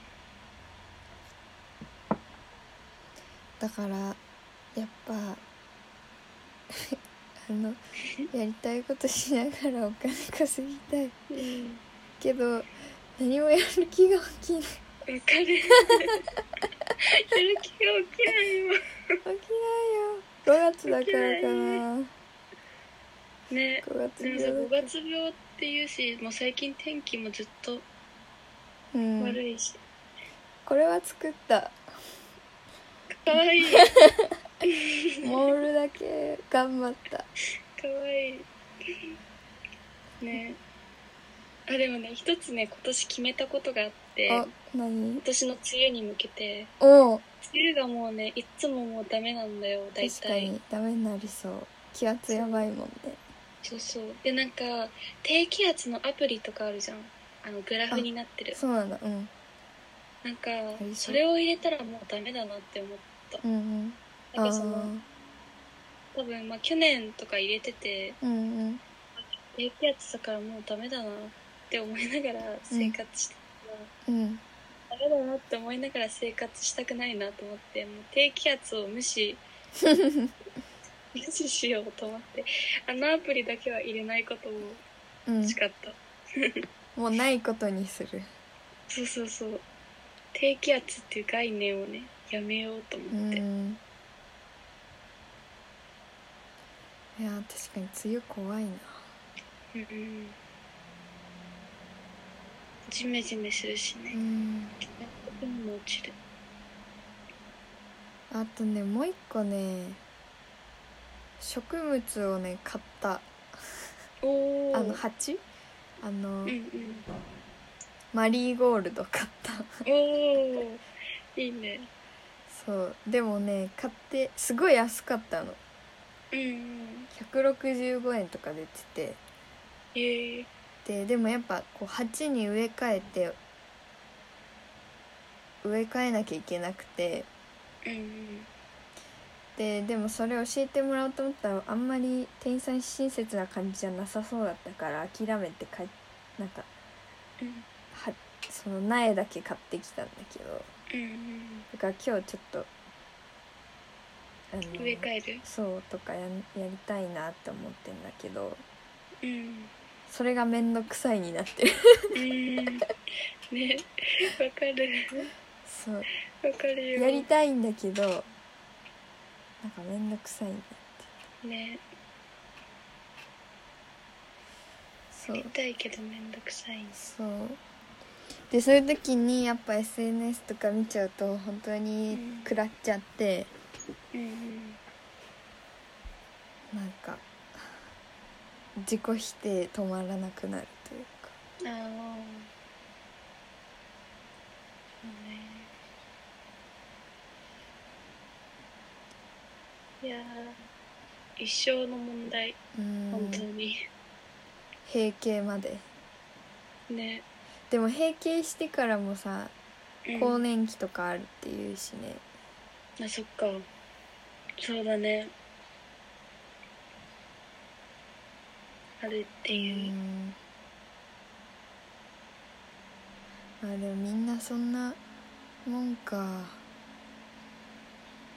S2: だからやっぱ あのやりたいことしながらお金稼ぎたい
S1: うん
S2: けど何もやる気が起きない
S1: わかるやる気が起きないよ
S2: 起きないよ5月だからかな
S1: ね
S2: 5月
S1: でも
S2: 病
S1: さ
S2: だ
S1: 5月病っていうしもう最近天気もずっと
S2: うん
S1: 悪いし、
S2: これは作った
S1: かわいい
S2: モールだけ頑張った
S1: かわいいねあでもね一つね今年決めたことがあって
S2: あ
S1: 今
S2: 何
S1: 年の梅雨に向けて
S2: おう
S1: 梅雨がもうねいつももうダメなんだよ大
S2: 確か
S1: 体
S2: にダメになりそう気圧やばいもんね
S1: そうそうでなんか低気圧のアプリとかあるじゃんあのグラフになってる
S2: そうなんだうん
S1: なんか
S2: りそ
S1: そうれを入れたらもうダメだなって思っ
S2: うんうん
S1: た
S2: あ
S1: なん
S2: あ
S1: かその多分まあ去年とか入れてて
S2: ーうんうん
S1: 低気圧だからもうダメだなって思いながら生活してたから、
S2: うん
S1: ダメだなって思いながら生活したくないなと思ってもう低気圧を無視無視しようと思ってあのアプリだけは入れないことを
S2: うん
S1: 誓った、
S2: もうないことにする
S1: そうそうそう低気圧っていう概念をねやめようと
S2: う
S1: 思って、
S2: んいやー確かに梅雨怖いな
S1: うんうん、ジメジメするし
S2: う
S1: ね
S2: ん
S1: 海も落ちる
S2: あとねもう一個ね植物をね買った
S1: おお
S2: あの鉢あの、
S1: うんうん
S2: マリーゴールド買った
S1: おおいいね
S2: そうでもね買ってすごい安かったの
S1: うんうん
S2: 165円とかで売って
S1: ええ
S2: てででもやっぱこう鉢に植え替えて植え替えなきゃいけなくて
S1: うん
S2: ででもそれ教えてもらおうと思ったらあんまり店員さん親切な感じじゃなさそうだったから諦めて帰っなんか
S1: うんうん
S2: はその苗だけ買ってきたんだけど
S1: うん
S2: だから今日ちょっとあの
S1: うん植え替える
S2: そうとかやんやりたいなって思ってんだけど
S1: うん
S2: それが面倒くさいになってる
S1: うんねわかる
S2: そう
S1: わかるよ
S2: やりたいんだけどなんか面倒くさいんだ
S1: ね
S2: そ
S1: やり
S2: う
S1: たいけどめんどくさい
S2: そうでそういう時にやっぱ SNS とか見ちゃうと本当に食らっちゃって、
S1: うんうん
S2: なんか自己否定止まらなくなるというか
S1: ああそうねいやー一生の問題
S2: う
S1: 本当
S2: ん
S1: に、
S2: 閉経まで
S1: ね、
S2: でも閉経してからもさ
S1: うん
S2: 更年期とかあるっていうしね、
S1: あそっかそうだねあるって
S2: う
S1: いう、
S2: んまあでもみんなそんなもんか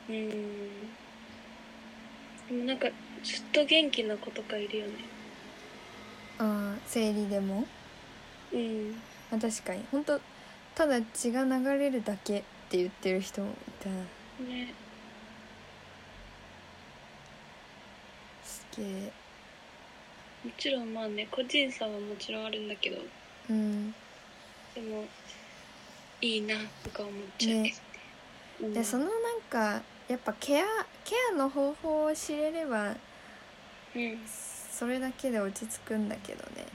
S1: うんでもなんかずっと元気な子とかいるよね
S2: あー生理でも、
S1: うん
S2: まあ、確かに本当ただ血が流れるだけって言ってる人もいた
S1: ね
S2: すげえ
S1: もちろんまあね個人差はもちろんあるんだけど
S2: うん
S1: でもいいなとか思っちゃう、
S2: ね
S1: うん
S2: でそのなんかやっぱケアケアの方法を知れれば
S1: うん、
S2: それだけで落ち着くんだけどね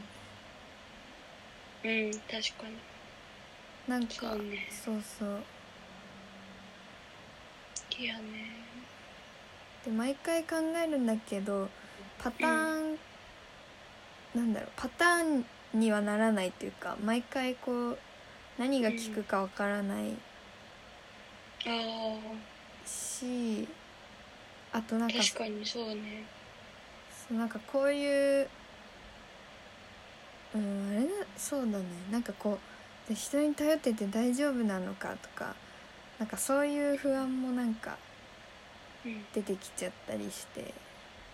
S1: うん、確かに
S2: なんか
S1: そうね
S2: そうそう
S1: いやね
S2: で毎回考えるんだけどパターン、なんだろうパターンにはならないというか毎回こう何が効くかわからない
S1: あ
S2: し、あとなん
S1: あ
S2: か
S1: 確かにそうね
S2: そうなんかこういううんあれだそうだねなんかこうで人に頼ってて大丈夫なのかとかなんかそういう不安もなんか
S1: うん
S2: 出てきちゃったりして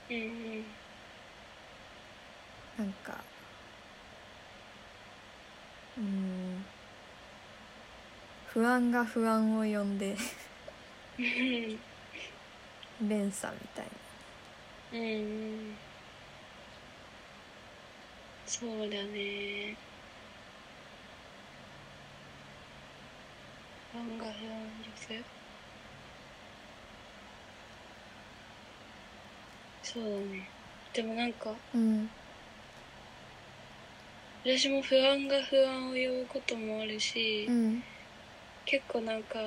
S1: うんうん
S2: なんかうーん不安が不安を呼んで
S1: うん
S2: 連鎖みたいな
S1: うんそうだね不安が不安を呼ぶそうだねでもなんか
S2: うん
S1: 私も不安が不安を呼ぶこともあるし、
S2: うん
S1: 結構なんか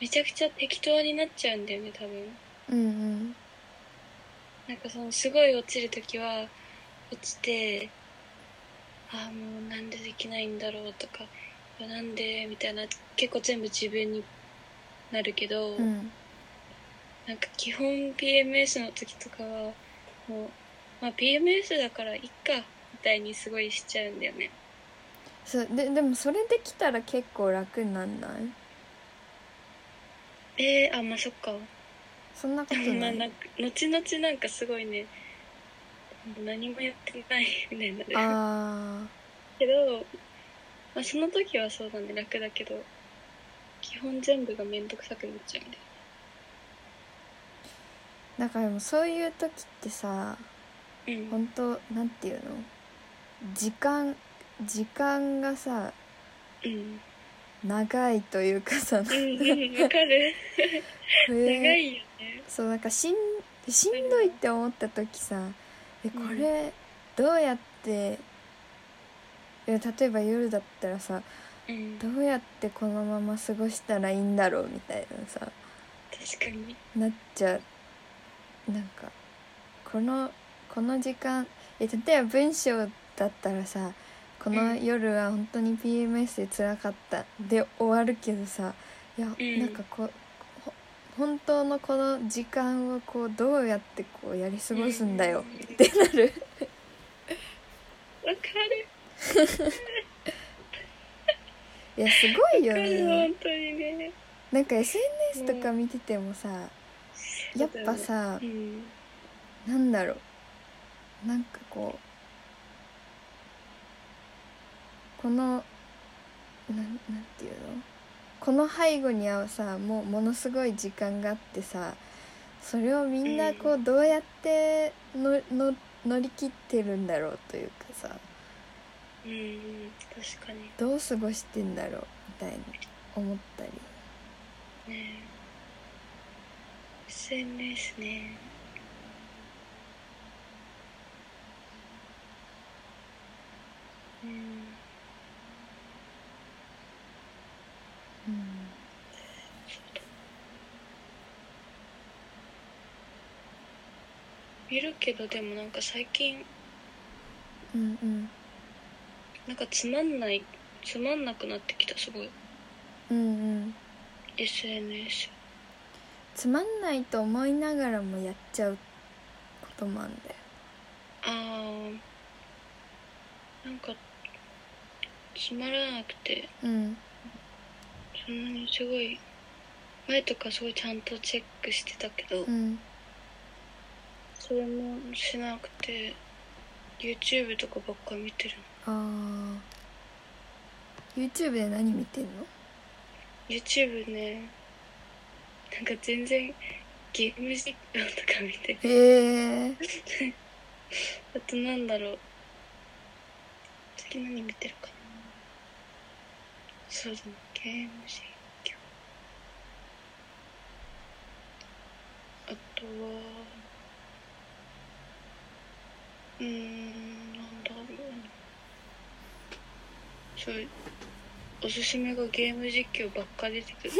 S1: めちゃくちゃ適当になっちゃうんだよね多分
S2: うん
S1: なんかそのすごい落ちるときは落ちてああもうなんでできないんだろうとかなんでみたいな結構全部自分になるけど、
S2: うんうん
S1: なんか基本 PMS の時とかはもうまあ PMS だからいっかみたいにすごいしちゃうんだよね
S2: そうででもそれできたら結構楽になんない
S1: えー、あまあそっか
S2: そんなこと
S1: ま
S2: な
S1: あ
S2: い
S1: なんか後々なんかすごいねもう何もやってないみたいになる
S2: あ
S1: けど、まあ、その時はそうだね楽だけど基本全部が面倒くさくなっちゃうんだよ
S2: ーなんかでもそういう時ってさ
S1: うん
S2: 本当なんていうの時間時間がさ
S1: うん
S2: 長いというかさ
S1: うんうんわかる
S2: 長
S1: 長いよね
S2: そうなんかしんしんどいって思った時さえこれどうやって、え例えば夜だったらさ
S1: うん
S2: ど
S1: 確
S2: うやってこのまま過ごしたらいいんだろうみたいなさ
S1: かに
S2: なっちゃうなんかこのこの時間え例えば文章だったらさこの夜は本当に PMS で辛かったで終わるけどさいや、
S1: ん
S2: なんかこうほ本当のこの時間をこうどうやってこうやり過ごすんだよ
S1: うん
S2: ってな る
S1: わかる
S2: いやすごいよ
S1: わかる
S2: ね
S1: 本当にね
S2: なんか SNS とか見ててもさやっぱさ
S1: うん
S2: なんだろうなんかこうこのなんなんていうのこの背後にはさもうものすごい時間があってさそれをみんなこ
S1: う
S2: うどうやってのの乗り切ってるんだろうというかさ
S1: うんうん確かに
S2: どう過ごしてんだろうみたいに思ったり
S1: ね SNS ねうん
S2: うん
S1: 見るけどでもなんか最近
S2: うんうん
S1: なんかつまんないつまんなくなってきたすごい
S2: うんうん
S1: SNS
S2: つまんないと思いながらもやっちゃうこともあるんだよ
S1: あーなんかつまらなくて
S2: うん
S1: そんなにすごい前とかすごいちゃんとチェックしてたけど、
S2: うん
S1: それもしなくて YouTube とかばっか見てる
S2: あー YouTube で何見てんの
S1: YouTube ねなんか全然ゲーム実況とか見て
S2: へえ
S1: あとなんだろう次何見てるかなそうだねゲーム実況あとはうーんなんだろうそうおすすめがゲーム実況ばっか出てくる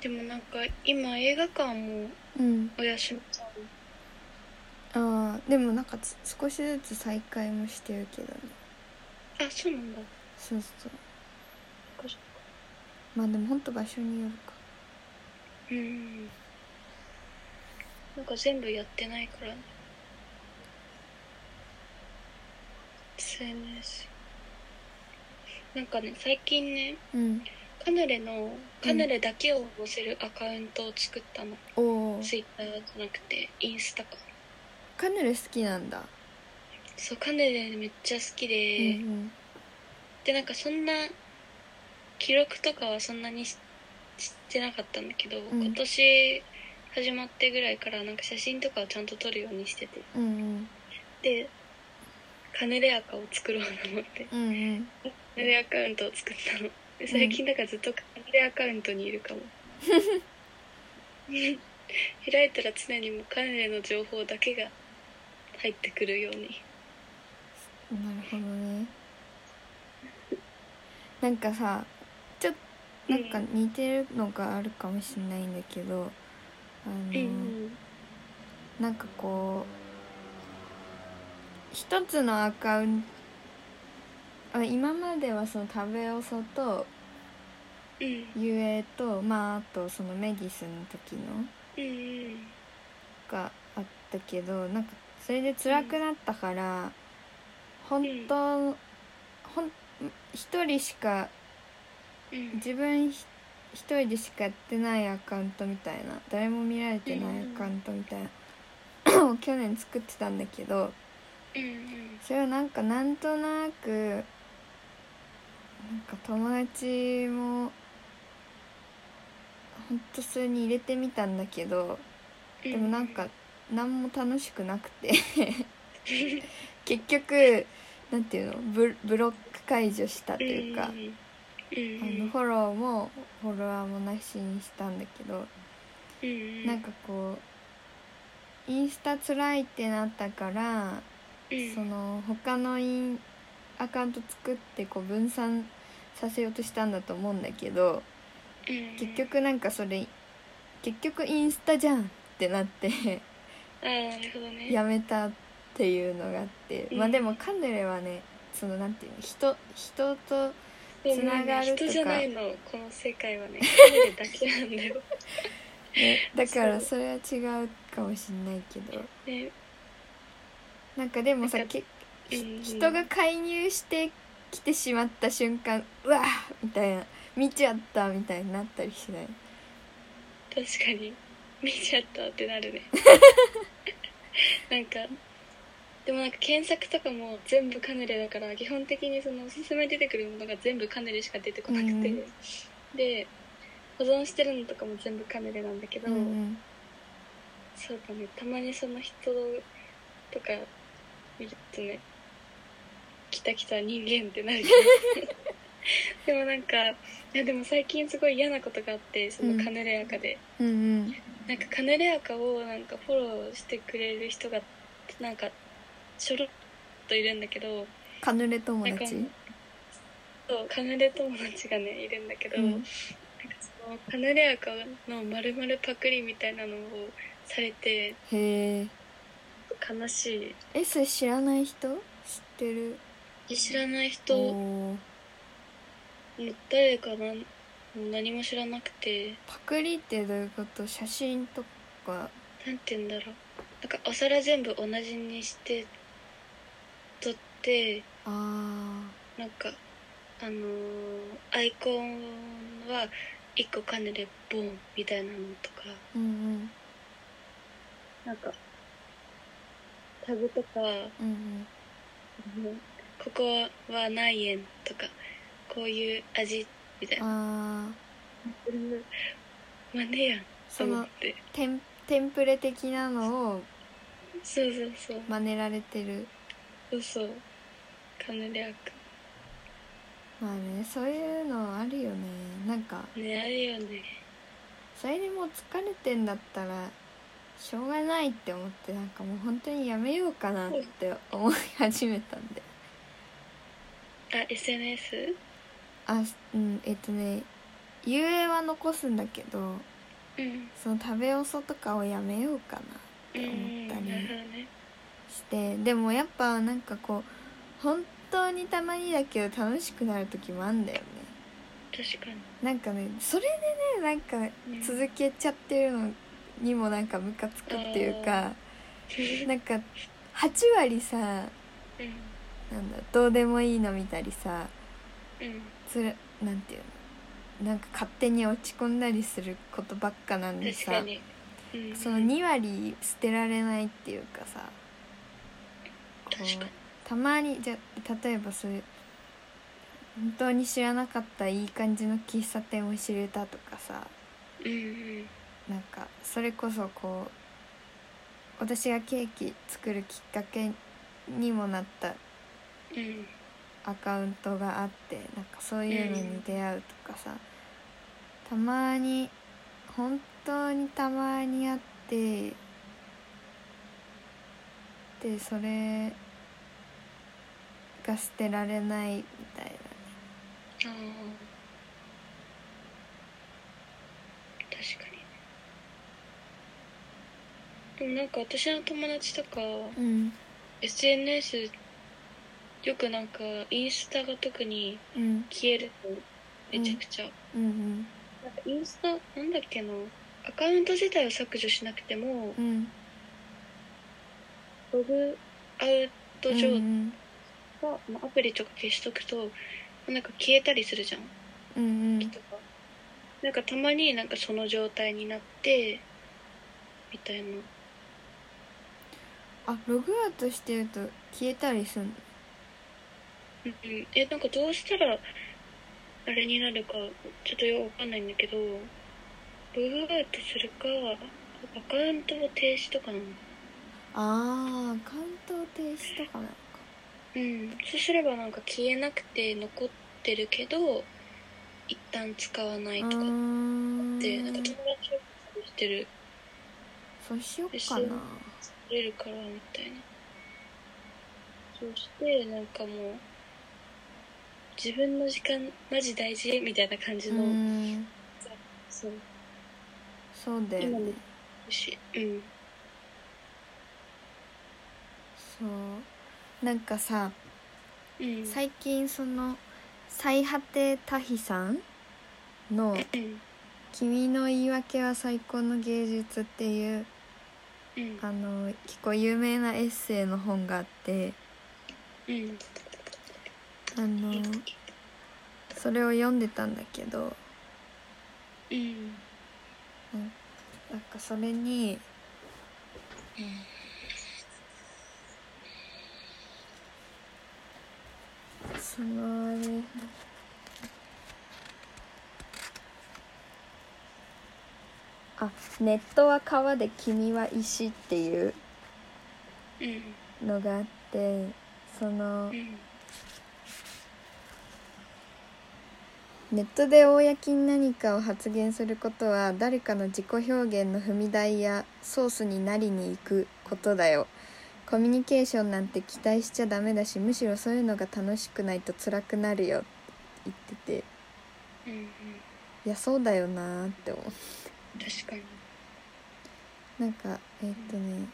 S1: でもなんか今映画館も
S2: うん
S1: お休みさん
S2: あーでもなんかつ少しずつ再開もしてるけどね
S1: あそうなんだ
S2: そうそう
S1: そっかそっか
S2: まあでもほんと場所によるか
S1: うんなんか全部やってないからね SNS なんかね最近ね
S2: うん
S1: カヌレのカヌレだけを載せるアカウントを作ったの、
S2: おお
S1: ツイッターじゃなくてインスタか
S2: カヌレ好きなんだ、
S1: そうカヌレめっちゃ好きで、
S2: うん
S1: でなんかそんな記録とかはそんなにししてなかったんだけど、
S2: ん
S1: 今年始まってぐらいからなんか写真とかをちゃんと撮るようにしてて
S2: うんうん
S1: でカヌレアカを作ろうと思って
S2: うんうん
S1: カヌレアカウントを作ったので最近だからずっとカヌレアカウントにいるかも開いたら常にもうカヌレの情報だけが入ってくるように
S2: なるほどねなんかさちょっとなんか似てるのがあるかもしれないんだけどあの、
S1: うん
S2: なんかこう一つのアカウント今まではその食べおそと
S1: うん
S2: ゆえとまああとそのメディスの時の
S1: うんうん
S2: があったけどなんかそれで辛くなったから、本当、ほん一人しか
S1: うん
S2: 自分ひ一人でしかやってないアカウントみたいな誰も見られてないア カウントみたいな、を去年作ってたんだけど
S1: うん
S2: それをなんかなんとなくなんか友達もほんとそれに入れてみたんだけど
S1: うん
S2: でもなんか何も楽しくなく て結局なんていうのブブロック解除したというか、
S1: うん
S2: あのフォローもフォロワーもなしにしたんだけど、
S1: うん
S2: なんかこうインスタ辛いってなったから、
S1: うん
S2: その他のインアカウント作ってこう分散させようとしたんだと思うんだけど
S1: うん
S2: 結局なんかそれ結局インスタじゃんってなって。
S1: ああなるほどね
S2: やめたっていうのがあって、
S1: うん
S2: まあでもカヌレはねそのなんていうの人人とつながるとか
S1: 人じゃないのこの世界 はね彼だけなんだよ、
S2: ね だからそれは違うかもしんないけど
S1: ね
S2: なんかでもさ
S1: なんか
S2: け
S1: うん
S2: 人が介入してきてしまった瞬間うわーみたいな見ちゃったみたいになったりしない
S1: 確かに見ちゃったってなる ねなんかでもなんか検索とかも全部カヌレだから基本的にそのおすすめに出てくるものが全部カヌレしか出てこなくて、
S2: うん
S1: で保存してるのとかも全部カヌレなんだけど、
S2: うんうん
S1: そうだねたまにその人とか見るとね来た来た人間ってなるけ どでもなんかいやでも最近すごい嫌なことがあってそのカヌレアカで、
S2: うんうん
S1: なんかカヌレアカをなんかフォローしてくれる人がなんかちょろっといるんだけど
S2: カヌレ友
S1: なんか
S2: 達
S1: そうカヌレ友達がねいるんだけど、
S2: うん
S1: なんかそのカヌレアカの丸々パクリみたいなのをされて
S2: へえ
S1: 悲しい
S2: えそれ知らない人知ってる
S1: 知らない人
S2: おー
S1: 誰かな何も知らなくて
S2: パクリってどういうこと写真とか
S1: なんて言うんだろうなんかお皿全部同じにして撮って
S2: ああ
S1: なんかあのーアイコンは1個カヌレボンみたいなのとか
S2: うん
S1: なんかタグとか
S2: うんうん
S1: ここは何円とかこういう味みたい
S2: うん
S1: な
S2: ああ
S1: マネやんと
S2: そ
S1: 思っ
S2: の
S1: て
S2: テンテンプレ的なのを
S1: そうそうそう
S2: 真似られてる
S1: そうそうカヌレアク
S2: まあねそういうのあるよねなんか
S1: ねあるよね
S2: それでもう疲れてんだったらしょうがないって思ってなんかもう本当にやめようかなって思い始めたんで
S1: あ SNS?
S2: あうんえっとね遊泳は残すんだけど
S1: うん
S2: その食べおそとかをやめようかな
S1: うん
S2: 思ったね
S1: なるほどね
S2: してでもやっぱなんかこうほん当にたまにだけど楽しくなる時もあんだよね
S1: 確かに
S2: なんかねそれでねなんか
S1: うん
S2: 続けちゃってるのにもなんかムカつくっていうかなんか8割さな
S1: う
S2: んだどうでもいいの見たりさ
S1: んうん
S2: つらなんていうのなんか勝手に落ち込んだりすることばっかなんで
S1: 確
S2: さ
S1: かに、うん、
S2: その2割捨てられないっていうかさこう
S1: 確かに
S2: たまにじゃ例えばそういう本当に知らなかったいい感じの喫茶店を知れたとかさ
S1: うんうん
S2: なんかそれこそこう私がケーキ作るきっかけにもなった
S1: うん
S2: アカウントがあってなんかそういうのに出会うとかさ、たまに本当にたまにあってでそれが捨てられないみたいな
S1: ああ確かにでもなんか私の友達とか
S2: うん
S1: SNS よくなんかインスタが特に
S2: うん
S1: 消えるのめちゃくちゃ、
S2: うん
S1: なんかインスタなんだっけなアカウント自体を削除しなくても
S2: うんうん
S1: ログアウト
S2: うん
S1: 上
S2: うん
S1: が、まあアプリとか消しとくとなんか消えたりするじゃん
S2: うん
S1: とかなんかたまになんかその状態になってみたいな
S2: あログアウトしてると消えたりすんの
S1: うんえなんかどうしたらあれになるかちょっとよくわかんないんだけどログアウトするかアカウントを停止とかなの
S2: あーアカウントを停止とかなのか
S1: うんそうすればなんか消えなくて残ってるけど一旦使わないとか
S2: ー
S1: ってなんか友達をしてる
S2: そうしようか
S1: そう
S2: な
S1: 作れるからみたいなそしてなんかもう自分の時間マジ大事みたいな感じ
S2: う
S1: の、
S2: ん
S1: そう
S2: そうだよ
S1: 今
S2: ね
S1: のしうん
S2: そうなんかさ
S1: うん
S2: 最近その最果てタヒさんの
S1: うん
S2: 「君の言い訳は最高の芸術」っていう
S1: うん
S2: あの結構有名なエッセイの本があって
S1: うん
S2: あのそれを読んでたんだけど
S1: うん
S2: なんかそれに、そのあれあ「ネットは川で君は石」っていう
S1: うん
S2: のがあってその
S1: うん
S2: ネットで公に何かを発言することは誰かの自己表現の踏み台やソースになりに行くことだよコミュニケーションなんて期待しちゃダメだしむしろそういうのが楽しくないと辛くなるよって言ってて
S1: うん
S2: いやそうだよなーって思う
S1: 確かに
S2: なんかえーっとね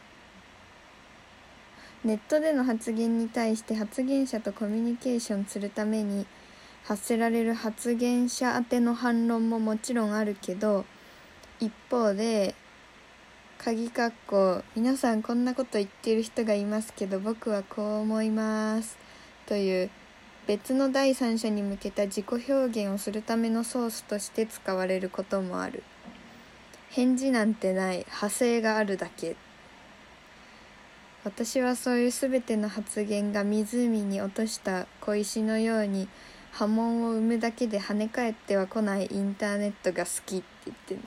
S2: ネットでの発言に対して発言者とコミュニケーションするために発せられる発言者宛ての反論ももちろんあるけど一方で鍵括弧皆さんこんなこと言ってる人がいますけど僕はこう思いますという別の第三者に向けた自己表現をするためのソースとして使われることもある返事なんてない派生があるだけ私はそういう全ての発言が湖に落とした小石のように波紋を生むだけで跳ね返っては来ないインターネットが好きって言ってる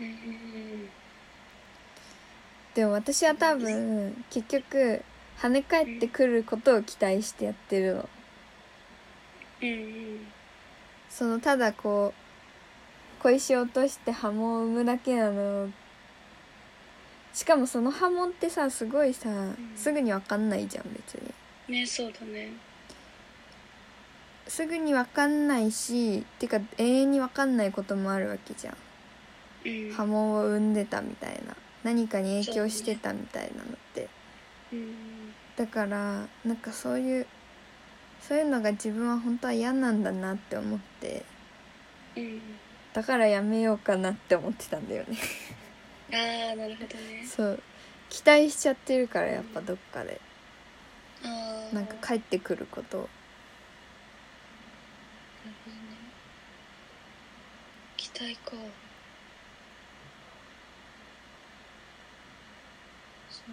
S1: うんうん
S2: でも私は多分結局跳ね返ってくることを期待してやってるの
S1: うん
S2: そのただこう小石を落として波紋を生むだけなのしかもその波紋ってさすごいさ
S1: ん
S2: すぐに分かんないじゃん別に
S1: ねそうだね
S2: すぐに分かんないしてか永遠に分かんないこともあるわけじゃん
S1: うん
S2: 波紋を生んでたみたいな何かに影響してたみたいなのって
S1: うん
S2: だからなんかそういうそういうのが自分は本当は嫌なんだなって思って
S1: うん
S2: だからやめようかなって思ってたんだよね
S1: ああなるほどね
S2: そう期待しちゃってるからやっぱどっかで
S1: ああ
S2: なんか帰ってくることを
S1: なるほどね期待かそう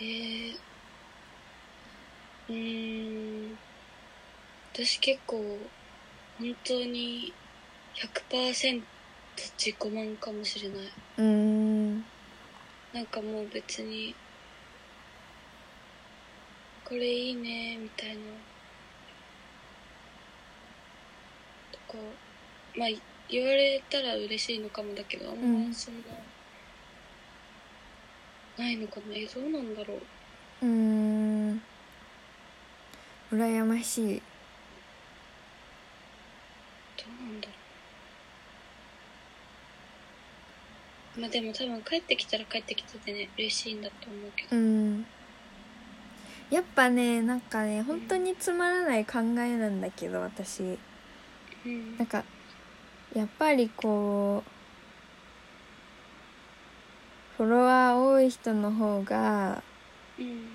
S1: えー、うーん私結構本当に100%自己満かもしれないう
S2: ーん
S1: なんかもう別にこれいいねみたいなとこまあい言われたら嬉しいのかもだけどあん
S2: う
S1: ま
S2: ん
S1: そんな、ないのかなえどうなんだろう
S2: うーん羨ましい
S1: どうなんだろうまあでも多分帰ってきたら帰ってきたでね嬉しいんだと思うけど
S2: うんやっぱねなんかね本当につまらない考えなんだけど私
S1: うん
S2: なんかやっぱりこうフォロワー多い人の方が
S1: うん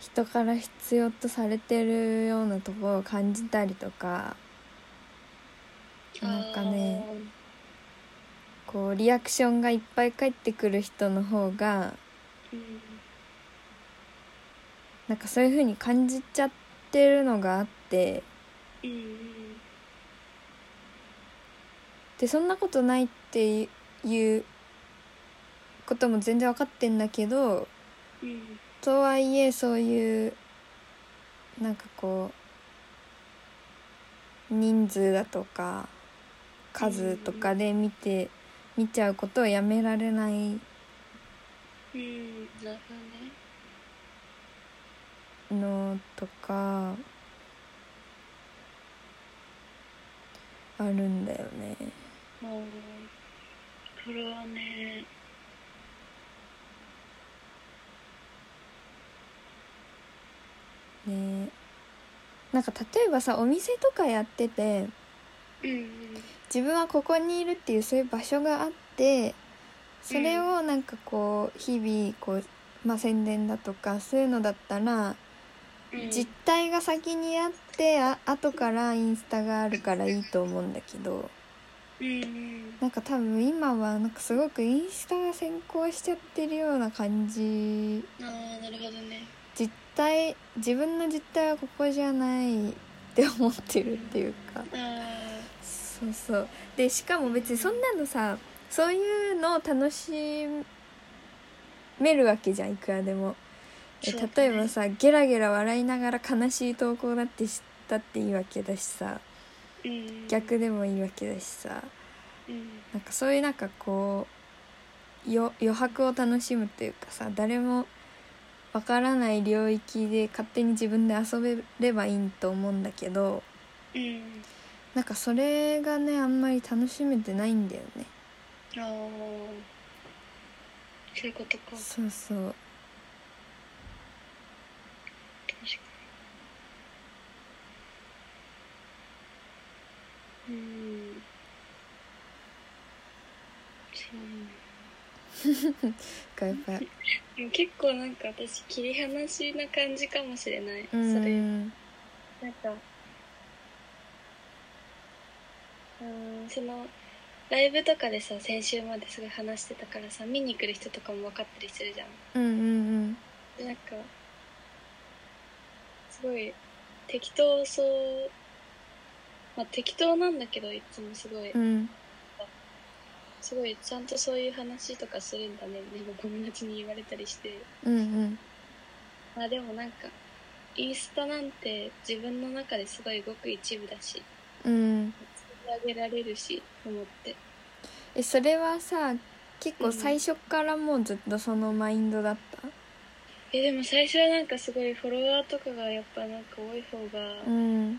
S2: 人から必要とされてるようなところを感じたりとかなんかねこうリアクションがいっぱい返ってくる人の方が
S1: あーうん
S2: なんかそういう風に感じちゃってるのがあって
S1: うんうん
S2: でそんなことないっていうことも全然分かってんだけど
S1: うん
S2: とはいえそういうなんかこう人数だとか数とかで見て見ちゃうことをやめられない
S1: うんなるほどね
S2: のとかあるんだよね。
S1: もうこれはね
S2: ねなんか例えばさお店とかやってて
S1: うん
S2: 自分はここにいるっていうそういう場所があってそれをなんかこう日々こう、まあ、宣伝だとかそういうのだったら
S1: うんうん
S2: 実態が先にあってあ後からインスタがあるからいいと思うんだけど
S1: うんうん
S2: なんか多分今はなんかすごくインスタが先行しちゃってるような感じ
S1: ああなるほどね
S2: 実態自分の実態はここじゃないって思ってるっていうか。
S1: あ
S2: そうそうでしかも別にそんなのさそういうのを楽しめるわけじゃんいくらでもえ
S1: そうだね
S2: 例えばさゲラゲラ笑いながら悲しい投稿だってしたっていいわけだしさ
S1: ーうん
S2: 逆でもいいわけだしさ
S1: うん
S2: なんかそういうなんかこうよ余白を楽しむというかさ誰もわからない領域で勝手に自分で遊べればいいと思うんだけど
S1: うん
S2: なんかそれがねあんまり楽しめてないんだよね
S1: ああそういうことか確
S2: そうそう
S1: かにうんそうね
S2: がやっぱ
S1: でも結構なんか私切り離しな感じかもしれない、
S2: うん
S1: それなんか、うーん、その、ライブとかでさ、先週まですごい話してたからさ、見に来る人とかも分かったりするじゃん。
S2: うんうん
S1: で、なんか、すごい、適当そう、まあ適当なんだけど、いつもすごい、
S2: うんうん
S1: すごい、ちゃんとそういう話とかするんだね、でも友達に言われたりして。
S2: うんうん
S1: まあでもなんか、インスタなんて自分の中ですごいごく一部だし、
S2: うん
S1: 取り上げられるし、と思って。
S2: えそれはさ結構最初からもうずっとそのマインドだった
S1: えでも最初はなんかすごいフォロワーとかがやっぱなんか多い方
S2: う
S1: が
S2: ん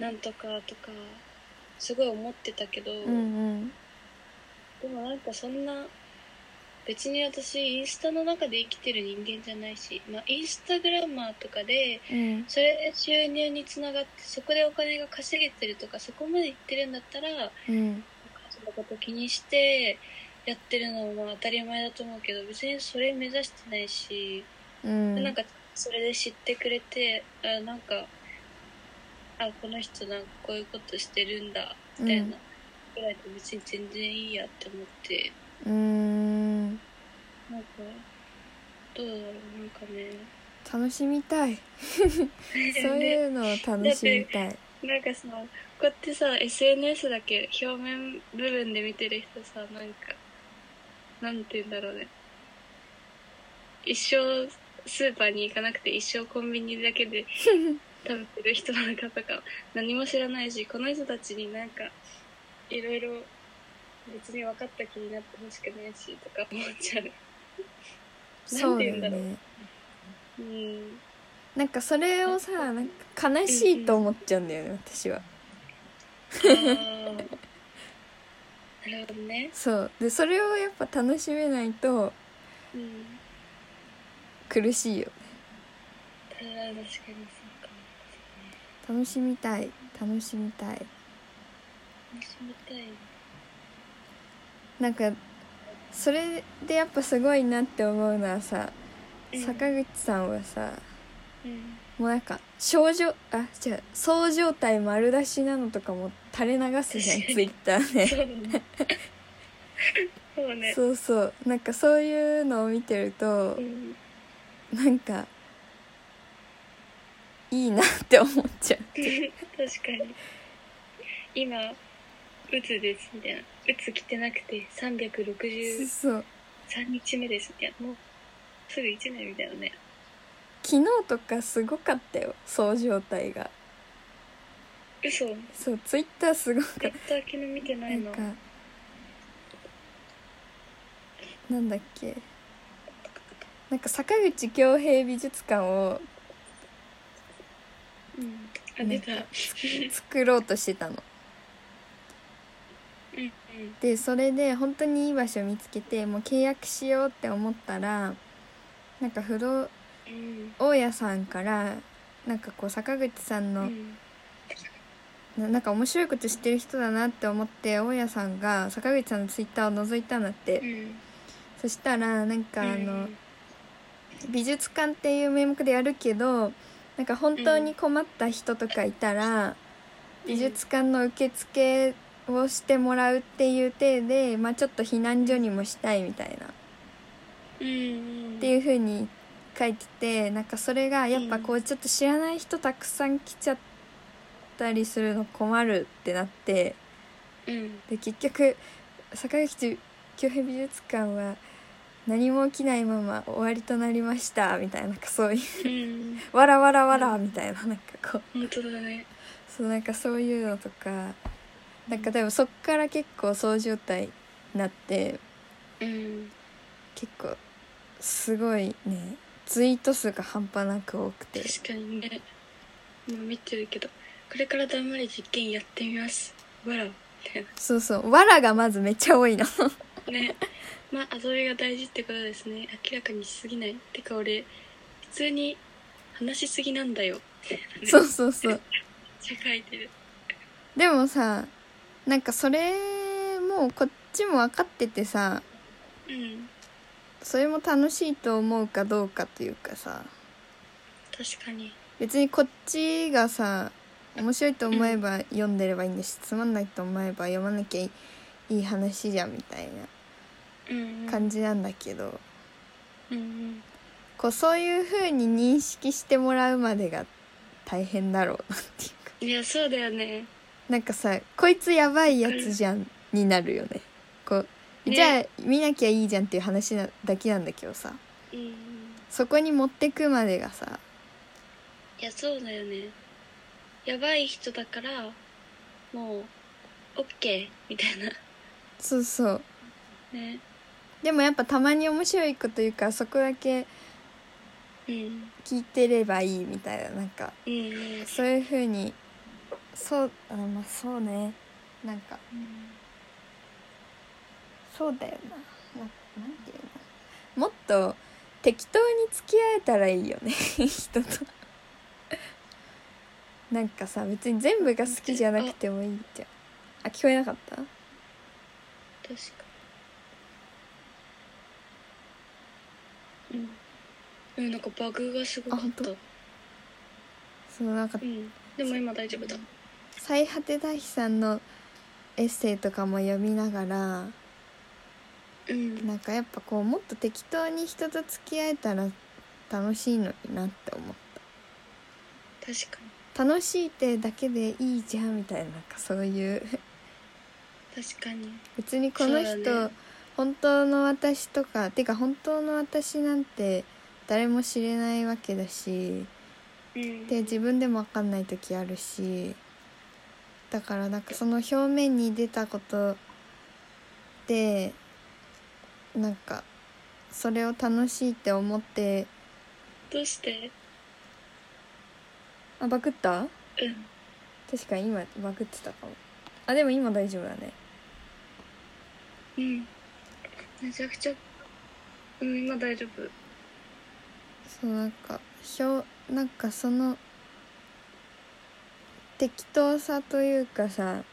S1: なんとかとかすごい思ってたけど、
S2: うんうん
S1: でもなんかそんな別に私インスタの中で生きてる人間じゃないし、まあ、インスタグラマーとかで
S2: うん
S1: それで収入につながってそこでお金が稼げてるとかそこまでいってるんだったら
S2: うん
S1: 家族のこと気にしてやってるのは当たり前だと思うけど別にそれ目指してないし、
S2: うん
S1: なんかそれで知ってくれてあなんかあこの人なんかこういうことしてるんだみたいなぐらいで別に全然いいやって思って
S2: うーん
S1: なんかどうだろうなんかね
S2: 楽しみたいそういうのを楽しみたい
S1: なんかそのこうやってさ SNS だけ表面部分で見てる人さなんかなんて言うんだろうね一生スーパーに行かなくて一生コンビニだけ で食べてる人なんかとか何も知らないしこの人たちになんかいろいろ別に分かった気になってほしくないしとか思っちゃう。な
S2: そ
S1: ん
S2: う
S1: て言うん
S2: だ
S1: だろう。
S2: ね
S1: うん、
S2: なんかそれをさなんか悲しいと思っちゃうんだよね私は
S1: あーなるほどね。
S2: そうでそれをやっぱ楽しめないと
S1: うん
S2: 苦しいよ
S1: あー確かにそうかも
S2: 楽しみたい楽しみたい
S1: 楽しみたい
S2: なんかそれでやっぱすごいなって思うのはさ
S1: うん
S2: 坂口さんはさ、
S1: うん
S2: もうなんか症状あ違うそう状態丸出しなのとかも垂れ流すじゃん
S1: 確かに
S2: ツイッターね
S1: そうだねそうね
S2: そうそうなんかそういうのを見てると
S1: うん
S2: なんかいいなって思っちゃう
S1: 確かに今うつですみたいなうつ来てなくて363
S2: そう
S1: 日目ですみたいなもうすぐ1年みたいなね
S2: 昨日とかすごかったよそう状態が
S1: 嘘
S2: そうツイッターすごかった
S1: 絶対昨日見てな
S2: ないん
S1: の
S2: かなんだっけなんか坂口恭平美術館を
S1: うんあ
S2: な
S1: 出
S2: ん
S1: た
S2: か作ろうとしてたの
S1: うんうん
S2: でそれで本当にいい場所見つけてもう契約しようって思ったらなんか不動
S1: うん
S2: 大家さんからなんかこう坂口さん
S1: う
S2: の、
S1: ん
S2: ななんか面白いこと知ってる人だなって思って大家さんが坂口さんのツイッターを覗いたんだって、
S1: うん
S2: そしたらなんかあの、
S1: うん
S2: 美術館っていう名目でやるけどなんか本当に困った人とかいたら、美術館の受付をしてもらうっていう体で、まあ、ちょっと避難所にもしたいみたいなっ
S1: うんうん
S2: ていう風に書いててなんかそれがやっぱこ
S1: う
S2: うちょっと知らない人たくさん来ちゃったりするの困るってなって
S1: うん
S2: で結局坂口京平美術館は何も起きないまま終わりとなりましたみたいななんかそういう
S1: う ん
S2: わらわらわらみたいななんかこう
S1: 本当だね
S2: そうなんかそういうのとかなんかでもそっから結構そう状態になって
S1: うん
S2: 結構すごいねツイート数が半端なく多くて
S1: 確かにね今見てるけどこれからだんまり実験やってみますわらみたい
S2: そうそうわらがまずめっちゃ 多いの
S1: な ねまあ遊びが大事ってことですね明らかにしすぎないてか俺普通に話しすぎなんだよ
S2: そうそうそう
S1: 社会でる
S2: でもさなんかそれもうこっちも分かっててさ
S1: うん
S2: それも楽しいと思うかどうかというかさ
S1: 確かに
S2: 別にこっちがさ面白いと思えば読んでればいいんだしつまんないと思えば読まなきゃいいいい話じゃんみたい
S1: うん
S2: な
S1: うん
S2: 感じなんだけど、
S1: うんうん
S2: こうそういう風に認識してもらうまでが大変だろうなっていうか
S1: いやそうだよね
S2: なんかさこいつやばいやつじゃんになるよねこう
S1: ね
S2: じゃあ見なきゃいいじゃんっていう話なだけなんだけどさ
S1: うんうん
S2: そこに持ってくまでがさ
S1: いやそうだよねやばい人だからもう OK みたいな
S2: そうそう
S1: ね
S2: でもやっぱたまに面白いこと言うからそこだけ
S1: うん
S2: 聞いてればいいみたいななんか
S1: うんうん
S2: そういう風にそうあまあそうねなんか
S1: うん
S2: そうだよなななんていうのもっと適当に付き合えたらいいよね 人となんかさ別に全部が好きじゃなくてもいいじゃんあ聞こえなかった
S1: 確かにうんでもなんかバグがすごか
S2: あ
S1: っ
S2: 本
S1: た
S2: 当そのなんか
S1: うんでも今大丈夫だ
S2: 最果て大飛さんのエッセイとかも読みながら
S1: うん
S2: なんかやっぱこうもっと適当に人と付き合えたら楽しいのになって思
S1: 確か
S2: う楽しいってだけでいいじゃんみたいななんかそういう
S1: に確かに
S2: 別にこの
S1: そう
S2: 人、
S1: だね
S2: 本当の私とかてか本当の私なんて誰も知れないわけだし
S1: うん
S2: で自分でも分かんない時あるしだからなんかその表面に出たことでなんかそれを楽しいって思って
S1: どうして
S2: あバクった
S1: うん
S2: 確かに今バグってたかもあでも今大丈夫だね
S1: うんめちゃくちゃうん今大丈夫
S2: そうなんかひょなんかその適当さというかさ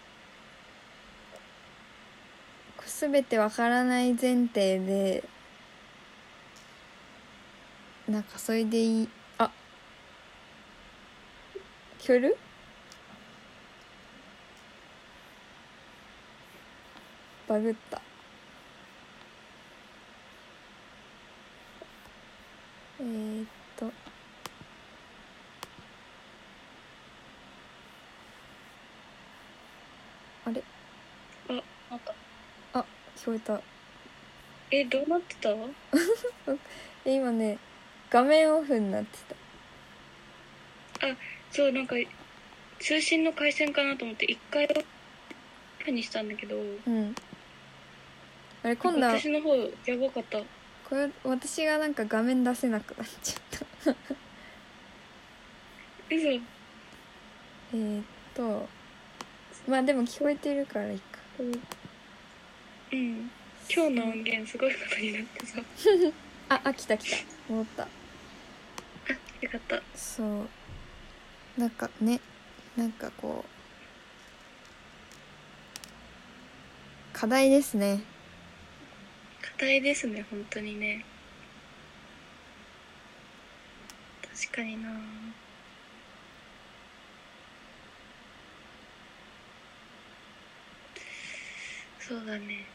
S2: こう全てわからない前提でなんかそれでいいあ聞こえるバグったえー、っと。あれ
S1: ああった
S2: あ、聞こえた。
S1: えどうなってた
S2: え今ね、画面オフになってた。
S1: そうなんか通信の回線かなと思って一回オフにしたんだけど
S2: うん。あれ、今度は、
S1: 私の方やばかった
S2: これ、私がなんか画面出せなくなっちゃった。
S1: 嘘
S2: えー、っと、まあでも聞こえてるからいいか。
S1: うん今日の音源すごいことになってさ
S2: あ、あ、来た来た。戻った。
S1: よかった
S2: そうなんかねなんかこう課題ですね
S1: 課題ですね本当にね確かになそうだね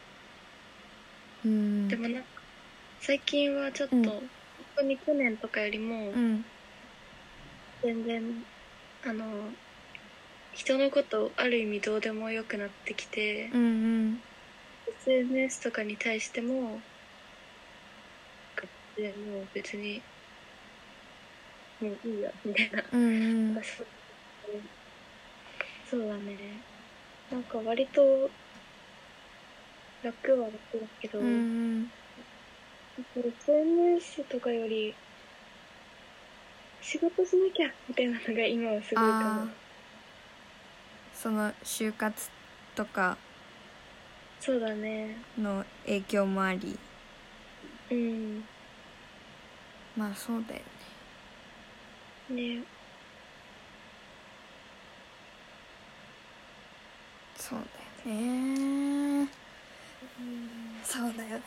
S2: うん
S1: でもなんか最近はちょっと、
S2: うん
S1: 本当に去年とかよりも
S2: うん
S1: 全然、あの人のことある意味どうでもよくなってきて、
S2: うんうん
S1: SNS とかに対してもでもう別にもういいやみたいな
S2: うんうん
S1: そうそうだねなんか割と楽は楽だけど、
S2: うんうん
S1: なんか SNS とかより仕事しなきゃみたいなのが今はすごいか
S2: あ
S1: も
S2: ーその就活とか
S1: そうだね
S2: の影響もあり
S1: うん
S2: まあそうだよね
S1: ね
S2: そうだよね
S1: うん
S2: そうだよね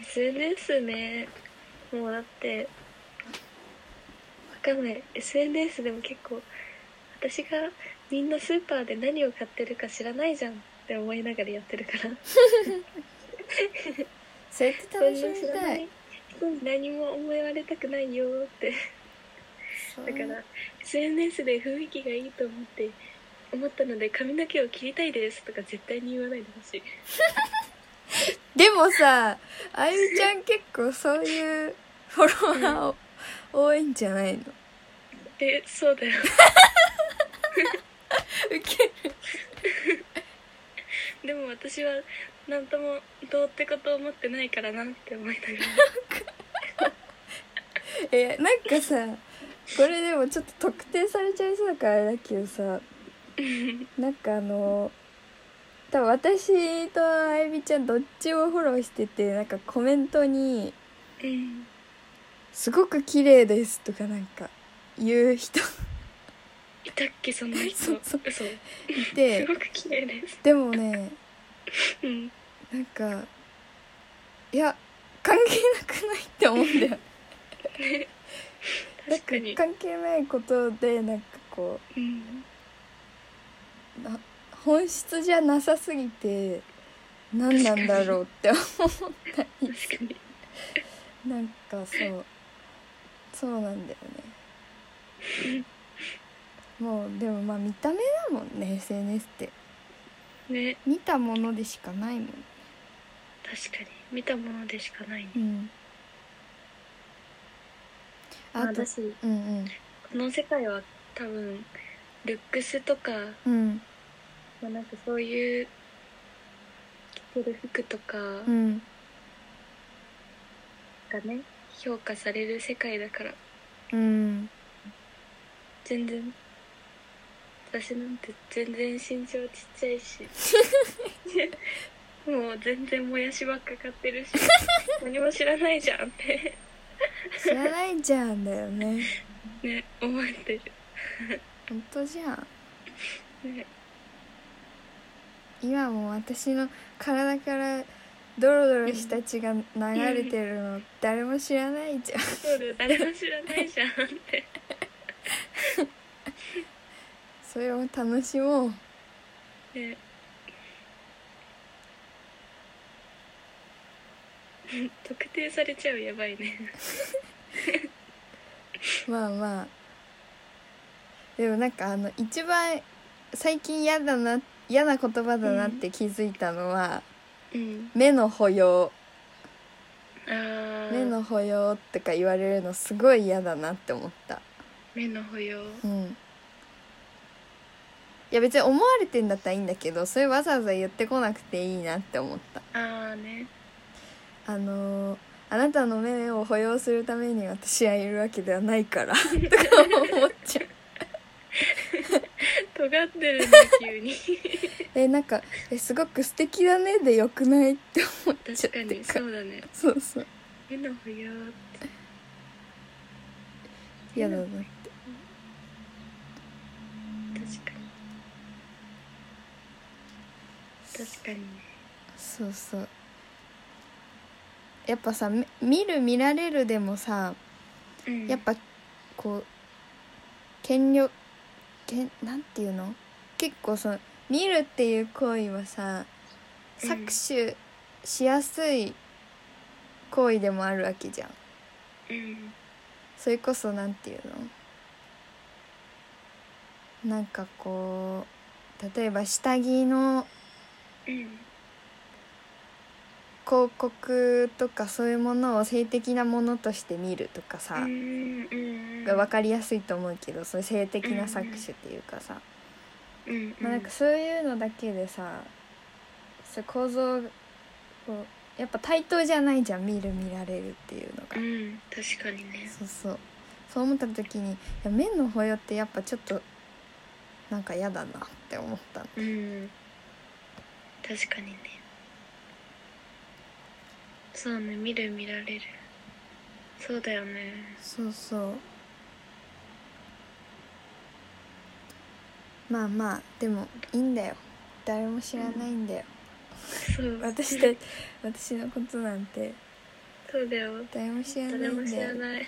S1: SNS ねもうだってわかんない SNS でも結構私がみんなスーパーで何を買ってるか知らないじゃんって思いながらやってるから
S2: そうやって
S1: そん
S2: 楽
S1: な
S2: しみ
S1: 知ら
S2: た
S1: ないい人に何も思われたくないよって
S2: そう
S1: だから SNS で雰囲気がいいと思って思ったので髪の毛を切りたいですとか絶対に言わないでほしい
S2: でもさあゆみちゃん結構そういうフォロワーを多いんじゃないの
S1: えそうだよ
S2: ウケる
S1: でも私は何ともどうってこと思ってないからなって思いながら
S2: えなんかさこれでもちょっと特定されちゃいそうだからあれだけどさなんかあの多分私とあゆみちゃんどっちもフォローしててなんかコメントに
S1: うん
S2: 「すごく綺麗です」とかなんか言う人
S1: いたっけそんな人
S2: そうそう
S1: 嘘
S2: い
S1: す
S2: て
S1: ごく綺麗です
S2: でもね
S1: うん
S2: なんかいや関係なくないって思うんだよ
S1: 確かに
S2: 関係ないことでなんかこ
S1: うん
S2: うな本質じゃなさすぎて何なんだろうって
S1: 確かに
S2: なんかそうそうなんだよ ねもうでもまあ見た目だもんね SNS って
S1: ね
S2: 見たものでしかないもん
S1: 確かに見たものでしかないね
S2: うんあと
S1: 私こ
S2: うんうん
S1: の世界は多分ルックスとか、
S2: うん
S1: まあ、なんかそういう着てる服とか
S2: うん
S1: がね、評価される世界だから
S2: うん
S1: 全然私なんて全然身長ちっちゃい しもう全然もやしばっか買ってる し何も知らないじゃんって
S2: 知らないじゃんだよね
S1: ね思ってる
S2: 本当じゃん
S1: ね
S2: 今も私の体からドロドロした血が流れてるの誰も知らないじゃん
S1: そうだよ誰も知らないじゃんって
S2: それを楽しもう
S1: ね特定されちゃうやばいね
S2: まあまあでもなんかあの一番最近嫌だな嫌な言葉だなって気づいたのは
S1: うん
S2: 「目の保養」
S1: あ
S2: 「
S1: ー
S2: 目の保養」とか言われるのすごい嫌だなって思った
S1: 目の保養
S2: うんいや別に思われてんだったらいいんだけどそれわざわざ言ってこなくていいなって思った
S1: ああね
S2: あのーあなたの目を保養するために私はいるわけではない から」とか思っちゃう
S1: 尖ってるね急に
S2: えなんかえすごく素敵だねでよくないって思っち
S1: 確
S2: ゃっ
S1: か
S2: て
S1: に
S2: か
S1: そうだね
S2: そうそう
S1: 目の保養
S2: 嫌だな
S1: 確かに確かにね
S2: そうそうやっぱさみ見る見られるでもさ
S1: うん
S2: やっぱこう権力権なんていうの結構その見るっていう行為はさ
S1: うん
S2: 搾取しやすい行為でもあるわけじゃん
S1: うん
S2: それこそなんていうのなんかこう例えば下着の
S1: うん
S2: 広告とかそういうものを性的なものとして見るとかさ、
S1: うんうん
S2: が分かりやすいと思うけどその性的な搾取っていうかさ、
S1: うん
S2: まあ、なんかそういうのだけでさそう構造こうやっぱ対等じゃないじゃん見る見られるっていうのが
S1: う。ん確かにね
S2: そうそうそう思った時にいや麺の保養ってやっぱちょっとなんか嫌だなって思った
S1: うん確かにねそうね見る見られるそうだよね
S2: そうそうまあまあでもいいんだよ誰も知らないんだよ、
S1: そう
S2: 私た私のことなんて
S1: そうだよ
S2: 誰も知らない
S1: 誰も
S2: ん
S1: 知
S2: だ
S1: ら
S2: よ
S1: ない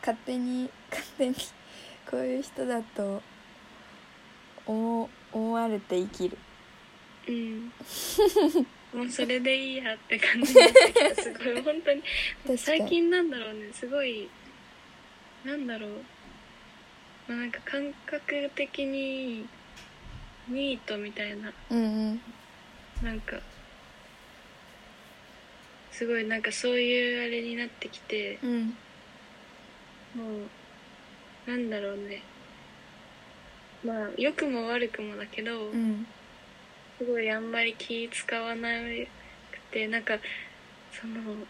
S2: 勝手に勝手にこういう人だと思思われて生きる
S1: うんもうそれでいいやって感じになってきたすごい本当に
S2: 確かに
S1: 最近なんだろうねすごいなんだろう、まあ、なんか感覚的にニートみたいな
S2: うんうん
S1: なんかすごいなんかそういうあれになってきて
S2: うん
S1: もうなんだろうねまあ良くも悪くもだけど、
S2: うん
S1: すごいあんまり気使わなくてなんかその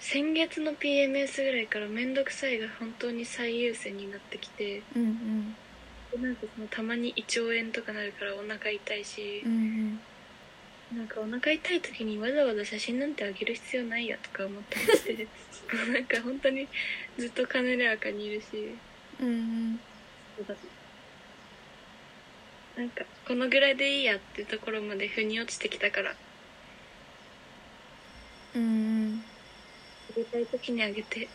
S1: 先月の PMS ぐらいから面倒くさいが本当に最優先になってきて
S2: うん
S1: で
S2: うん
S1: なんかそのたまに胃腸炎とかなるからお腹痛いし
S2: うん
S1: なんかお腹痛い時にわざわざ写真なんてあげる必要ないやとか思ったりして もうなんか本当にずっとカネレアカにいるし
S2: うん
S1: なんかこのぐらいでいいやっていうところまで腑に落ちてきたからあ
S2: うん
S1: げたい時にあげて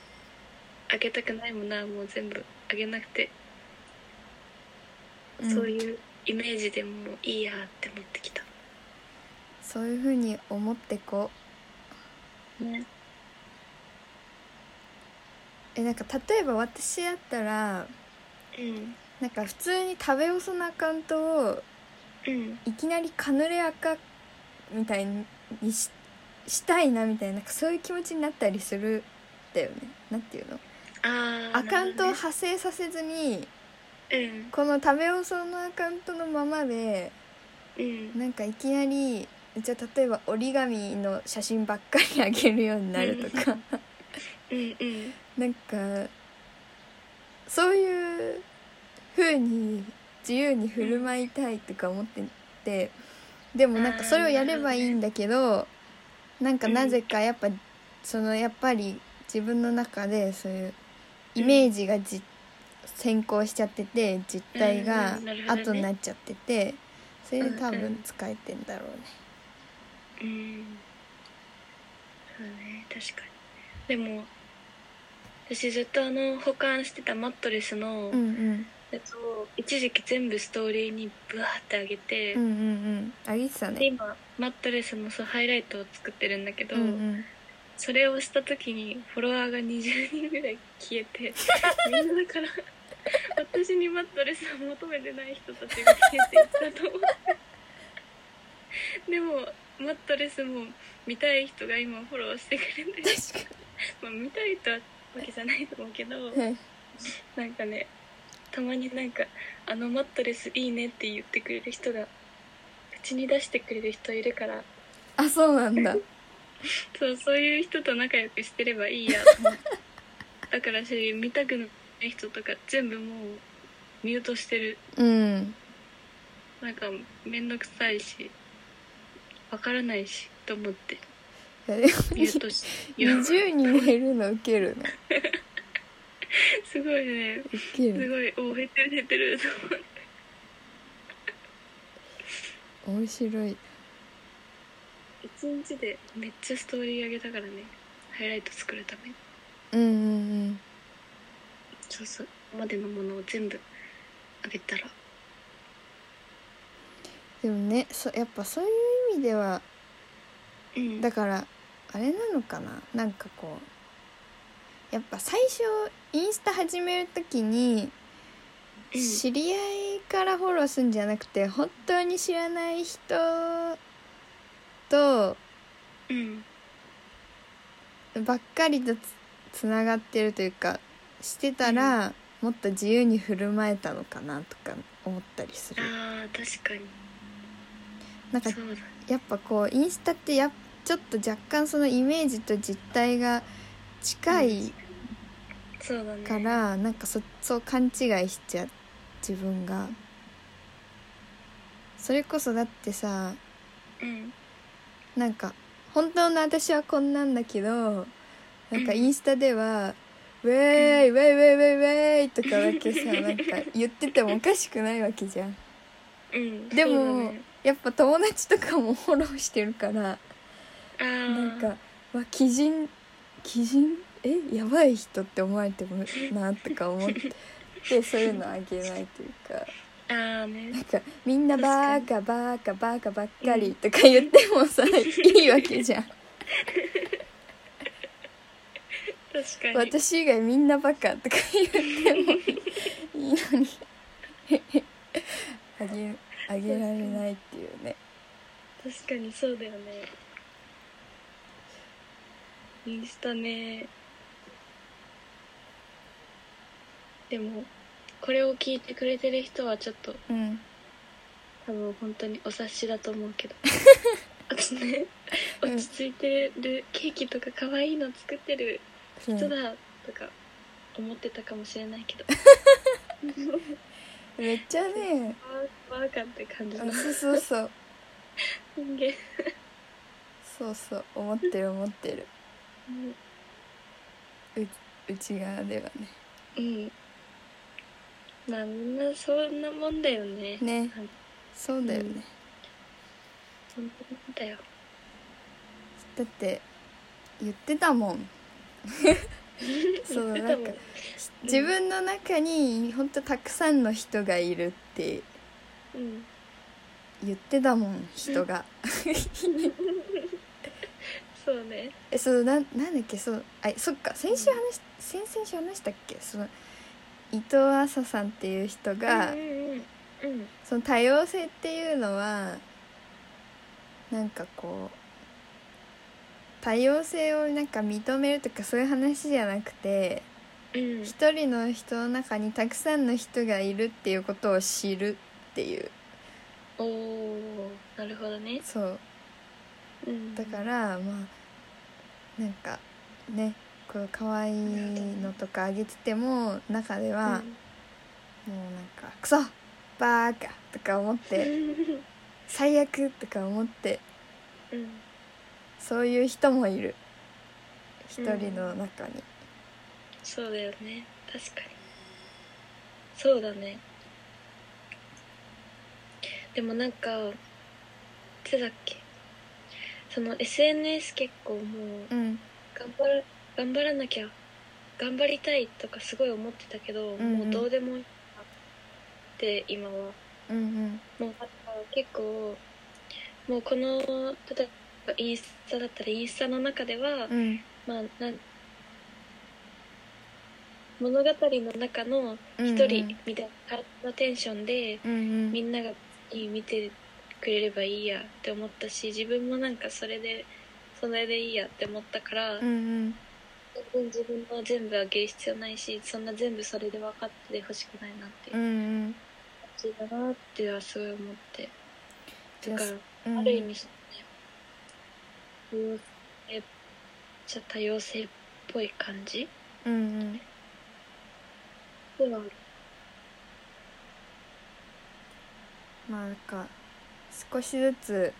S1: あげたくないものはもう全部あげなくて、
S2: うん
S1: そういうイメージでもういいやって思ってきた
S2: そういうふうに思ってこう
S1: ね
S2: えなんか例えば私やったら
S1: うん
S2: なんか普通に食べ遅なアカウントを
S1: うん
S2: いきなりカヌレアカみたいにししたいなみたいななんかそういう気持ちになったりするんだよねなんていうの
S1: ああ
S2: アカウントを派生させずに
S1: うん
S2: この食べ遅のアカウントのままで
S1: うん
S2: なんかいきなりじゃあ例えば折り紙の写真ばっかりあげるようになるとか
S1: うんうん
S2: なんかそういう風に自由に振る舞いたいとか思っててでもなんかそれをやればいいんだけどなんかなぜかやっぱそのやっぱり自分の中でそういうイメージがじ先行しちゃってて実態が
S1: うんなるほどね
S2: 後になっちゃっててそれで多
S1: うんう
S2: 分
S1: ん
S2: 使えてんだろうね。
S1: うんそうね確かにでも私ずっとあの保管してたマットレスの
S2: うんうん
S1: やつを一時期全部ストーリーにブワーってあげて、
S2: うんうんうんあげてた
S1: で
S2: ね。
S1: 今マットレスのそうハイライトを作ってるんだけど、
S2: うんうん
S1: それをした時にフォロワーが20人ぐらい消え てみんなだから私にマットレスを求めてない人たちが消えていったと思ってでもマットレスも見たい人が今フォローしてくれて、
S2: 確
S1: まあ、見たいとはわけじゃないと思うけど
S2: かにはい
S1: なんかねたまになんか「あのマットレスいいね」って言ってくれる人が口に出してくれる人いるから
S2: あそうなんだ。
S1: そうそういう人と仲良くしてればいいやだからし見たくない人とか全部もう見落としてる
S2: うん
S1: なんか面倒くさいしわからないしと思って
S2: いやでも
S1: 見落としいや
S2: 20人減るのウケるな
S1: すごいね
S2: ウケ
S1: す
S2: る
S1: ごいお減ってる減ってると思って
S2: 面白い
S1: 一日でめっちゃストーリー上げたからねハイライト作るために
S2: うんうん
S1: そうそう今までのものを全部上げたら
S2: うんでもねそやっぱそういう意味では
S1: うん
S2: だからあれなのかななんかこうやっぱ最初インスタ始める時に
S1: うん
S2: 知り合いからフォローするんじゃなくて本当に知らない人と
S1: うん
S2: ばっかりとつつながってるというかしてたら、もっと自由に振る舞えたのかなとか思ったりする
S1: あー確かに
S2: なんか
S1: そうだね
S2: やっぱこうインスタってやちょっと若干そのイメージと実態が近い
S1: そうだね
S2: から、なんかそそう勘違いしちゃう自分がそれこそだってさ
S1: うん
S2: なんか本当の私はこんなんだけどなんか
S1: うん
S2: インスタでは「ウェーイウェイウェイウェイウェイ」とかだけさなんか言っててもおかしくないわけじゃん
S1: うん
S2: で
S1: そう
S2: も、
S1: だね
S2: やっぱ友達とかもフォローしてるから
S1: あー
S2: なんか「わ鬼人鬼人えやばい人」って思われてもなとか思ってそういうのあげないというか
S1: あーね
S2: なんか「みんなバー
S1: 確
S2: カバーカバーカばっかり」とか言っても さいいわけじゃん。
S1: 確かに
S2: 私以外みんなバカとか言ってもいいのに あげあげられないっていうね
S1: 確かにそうだよねインスタねでもこれを聞いてくれてる人はちょっと
S2: うん
S1: 多分本当にお察しだと思う けどあとね落ち着いてるケーキとか可愛いの作ってる
S2: うん
S1: 人だとか思ってたかもしれないけど
S2: めっちゃね
S1: わーわーかって感じ
S2: あ
S1: の
S2: そうそうそう
S1: 人間
S2: そうそう思ってる思ってる
S1: うん
S2: う内側ではね
S1: うんまあみんなそんなもんだよね
S2: ね
S1: はい
S2: そうだよね、
S1: うんそんなもんだよ
S2: だって言ってたもんそう
S1: 言ってた
S2: な ん
S1: もん
S2: か自分の中に本当たくさんの人がいるって
S1: うん
S2: 言ってたもん人が、
S1: そうね
S2: えそうなんなんだっけそうあそっか先週話し先々週話したっけその伊藤麻さんっていう人が、
S1: うんうんうん
S2: その多様性っていうのはなんかこう多様性をなんか認めるとかそういう話じゃなくて
S1: うん
S2: 一人の人の中にたくさんの人がいるっていうことを知るっていう
S1: おおなるほどね
S2: そう
S1: うん
S2: だからまあなんかねこう可愛いのとかあげてても中ではもうなんか「クソバーカ!」とか思
S1: う
S2: って
S1: ん
S2: 「最悪!」とか思って
S1: うん
S2: そういう人もいる一人の中に、
S1: そうだよね確かにそうだねでもなんかいつだっけその SNS 結構もう
S2: うん
S1: 頑張る頑張らなきゃ頑張りたいとかすごい思ってたけど、
S2: んうん
S1: もうどうでもいいなって今は
S2: うんうん
S1: もうなんか結構もうこの例えばインスタだったらインスタの中では、
S2: うん
S1: まあなん物語の中の一人みたいな感じのテンションで、
S2: うんうん
S1: みんながいい見てくれればいいやって思ったし自分もなんかそれでそれでいいやって思ったから、
S2: うんうん
S1: 全然自分の全部あげる必要ないしそんな全部それで分かっててほしくないなっていううん
S2: うん
S1: 感じだなってはすごい思ってだから、
S2: うん
S1: ある意味そうね多様性じゃあ多様性っぽい感じ
S2: うんうん
S1: ではある
S2: まあなんか少しずつ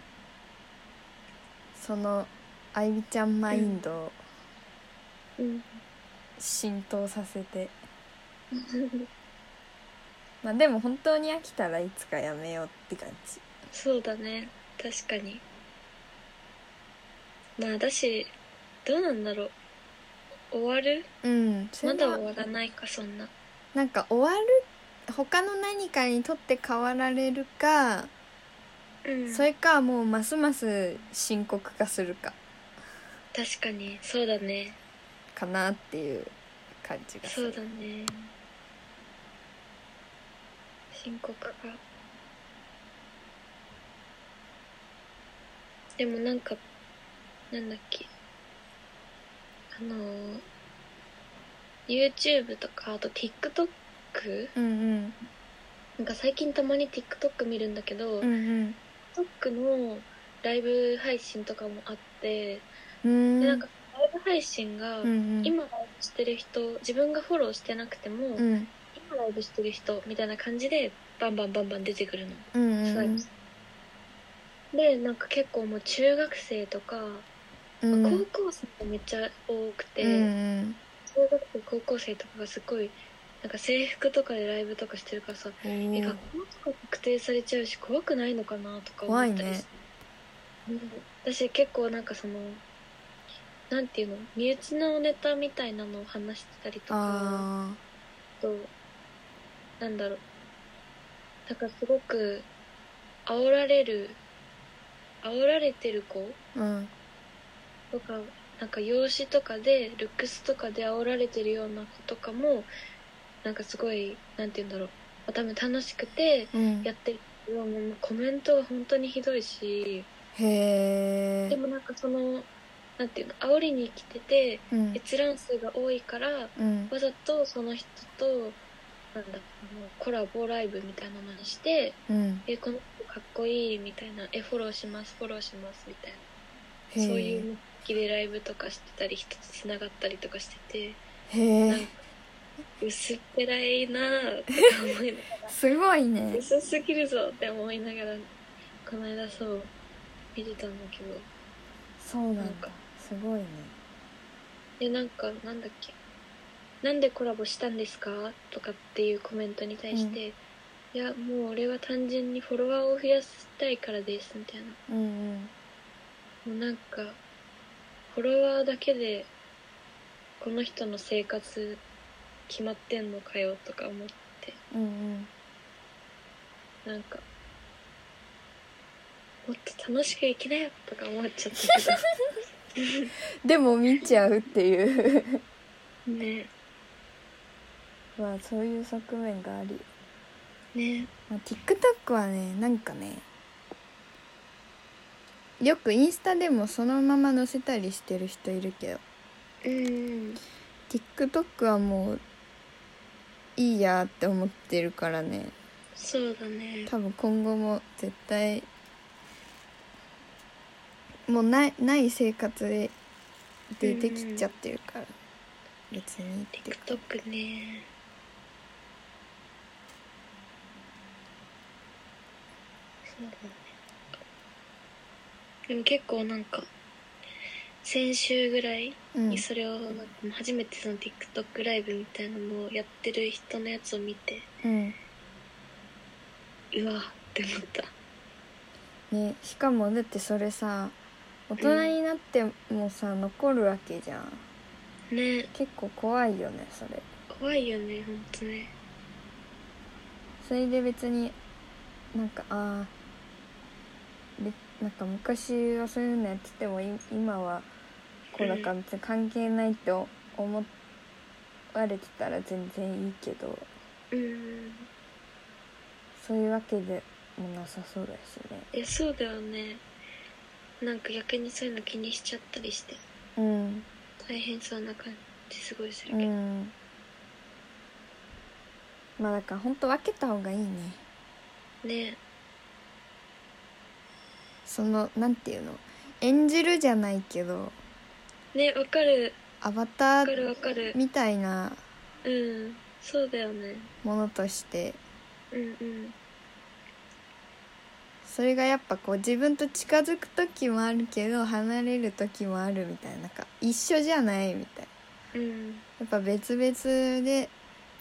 S2: その愛美ちゃんマインドを
S1: うん
S2: 浸透させて、 まあでも本当に飽きたらいつかやめようって感じ
S1: そうだね確かにまあだしどうなんだろう終わる
S2: うん
S1: まだ終
S2: は
S1: わらないかそんな
S2: なんか終わる他の何かにとって変わられるか、
S1: うん
S2: それかもうますます深刻化するか
S1: 確かにそうだね
S2: かなっていう感じがす
S1: そう
S2: る
S1: だね深刻かでもなんかなんだっけあのー YouTube とかあと TikTok
S2: うんうん
S1: なんか最近たまに TikTok 見るんだけど、
S2: うん
S1: TikTok のライブ配信とかもあって、
S2: うん
S1: でなんかライブ配信が、
S2: うんうん
S1: 今ライブしてる人自分がフォローしてなくても、
S2: うん
S1: 今ライブしてる人みたいな感じでバンバンバンバン出てくるの、
S2: うんうん
S1: スワイプしてでなんか結構もう中学生とか、
S2: うんうん
S1: 高校生がめっちゃ多くて、
S2: うん
S1: 中学生高校生とかがすごいなんか制服とかでライブとかしてるからさ、
S2: うん
S1: え学校とか特定されちゃうし怖くないのかなとか思ったり
S2: 怖いね
S1: うん私結構なんかそのなんていうの身内のネタみたいなのを話してたりとか
S2: あ
S1: となんだろうだからすごく煽られる煽られてる子
S2: ーうん
S1: とかなんか容姿とかでルックスとかで煽られてるような子とかもなんかすごいなんて言うんだろうまあ多分楽しくて
S2: うん
S1: やってるけどもうコメントが本当にひどいし
S2: へ
S1: で
S2: え
S1: もなんかそのなんていうの煽りに来てて
S2: うん
S1: 閲覧数が多いから
S2: うん
S1: わざとその人となんだろうコラボライブみたいなのにして
S2: うん
S1: 「えこの子かっこいい」みたいな「えフォローしますフォローします」みたいな
S2: へ
S1: そう
S2: え
S1: いう目的でライブとかしてたり人とつながったりとかしてて
S2: へ
S1: なん
S2: え
S1: か薄っぺらいなぁとか思いながら
S2: すごいね
S1: 薄すぎるぞって思いながらこの間そう見てたんだけど
S2: そう
S1: な
S2: な
S1: んん
S2: だ
S1: か
S2: すごいね
S1: でなんかなんだっけ「なんでコラボしたんですか?」とかっていうコメントに対して「いやもう俺は単純にフォロワーを増やしたいからです」みたいな
S2: うんうん
S1: もうなんかフォロワーだけでこの人の生活決まってんのかよとか思って
S2: うんうん
S1: なんかもっと楽しく生きなよとか思っちゃったけど
S2: でも見ちゃうっていう
S1: ね
S2: まあそういう側面があり、
S1: ね
S2: まあ、TikTok はねなんかねよくインスタでもそのまま載せたりしてる人いるけど
S1: うん
S2: TikTok はもういいやって思ってるからね
S1: そうだね
S2: 多分今後も絶対もうないない生活ででできちゃってるから、別にっていうか
S1: TikTok ねそうだねでも結構なんか先週ぐらい
S2: うん
S1: にそれをなんか初めてその TikTok ライブみたいなのをやってる人のやつを見て
S2: うん
S1: うわって思った
S2: ねしかもだってそれさ大人になってもさ、残るわけじゃん
S1: ね
S2: 結構怖いよねそれ
S1: 怖いよねほんとね
S2: それで別になんかああでなんか昔はそういうのやっててもい今はこうなんか別に関係ないって思思われてたら全然いいけど
S1: うん
S2: そういうわけでもなさそうだしね
S1: いやそうだよねなんか逆にそういうの気にしちゃったりして
S2: うん
S1: 大変そうな感じすごいする
S2: う
S1: けど、
S2: んまあだから本当分けた方がいいね
S1: ね
S2: そのなんていうの演じるじゃないけど
S1: ねわかる
S2: アバタ
S1: わかる
S2: ー
S1: わかる
S2: みたいな
S1: うんそうだよね
S2: ものとして
S1: うんうん
S2: それがやっぱこう自分と近づく時もあるけど離れる時もあるみたいななんか一緒じゃないみたいな
S1: うん
S2: やっぱ別々で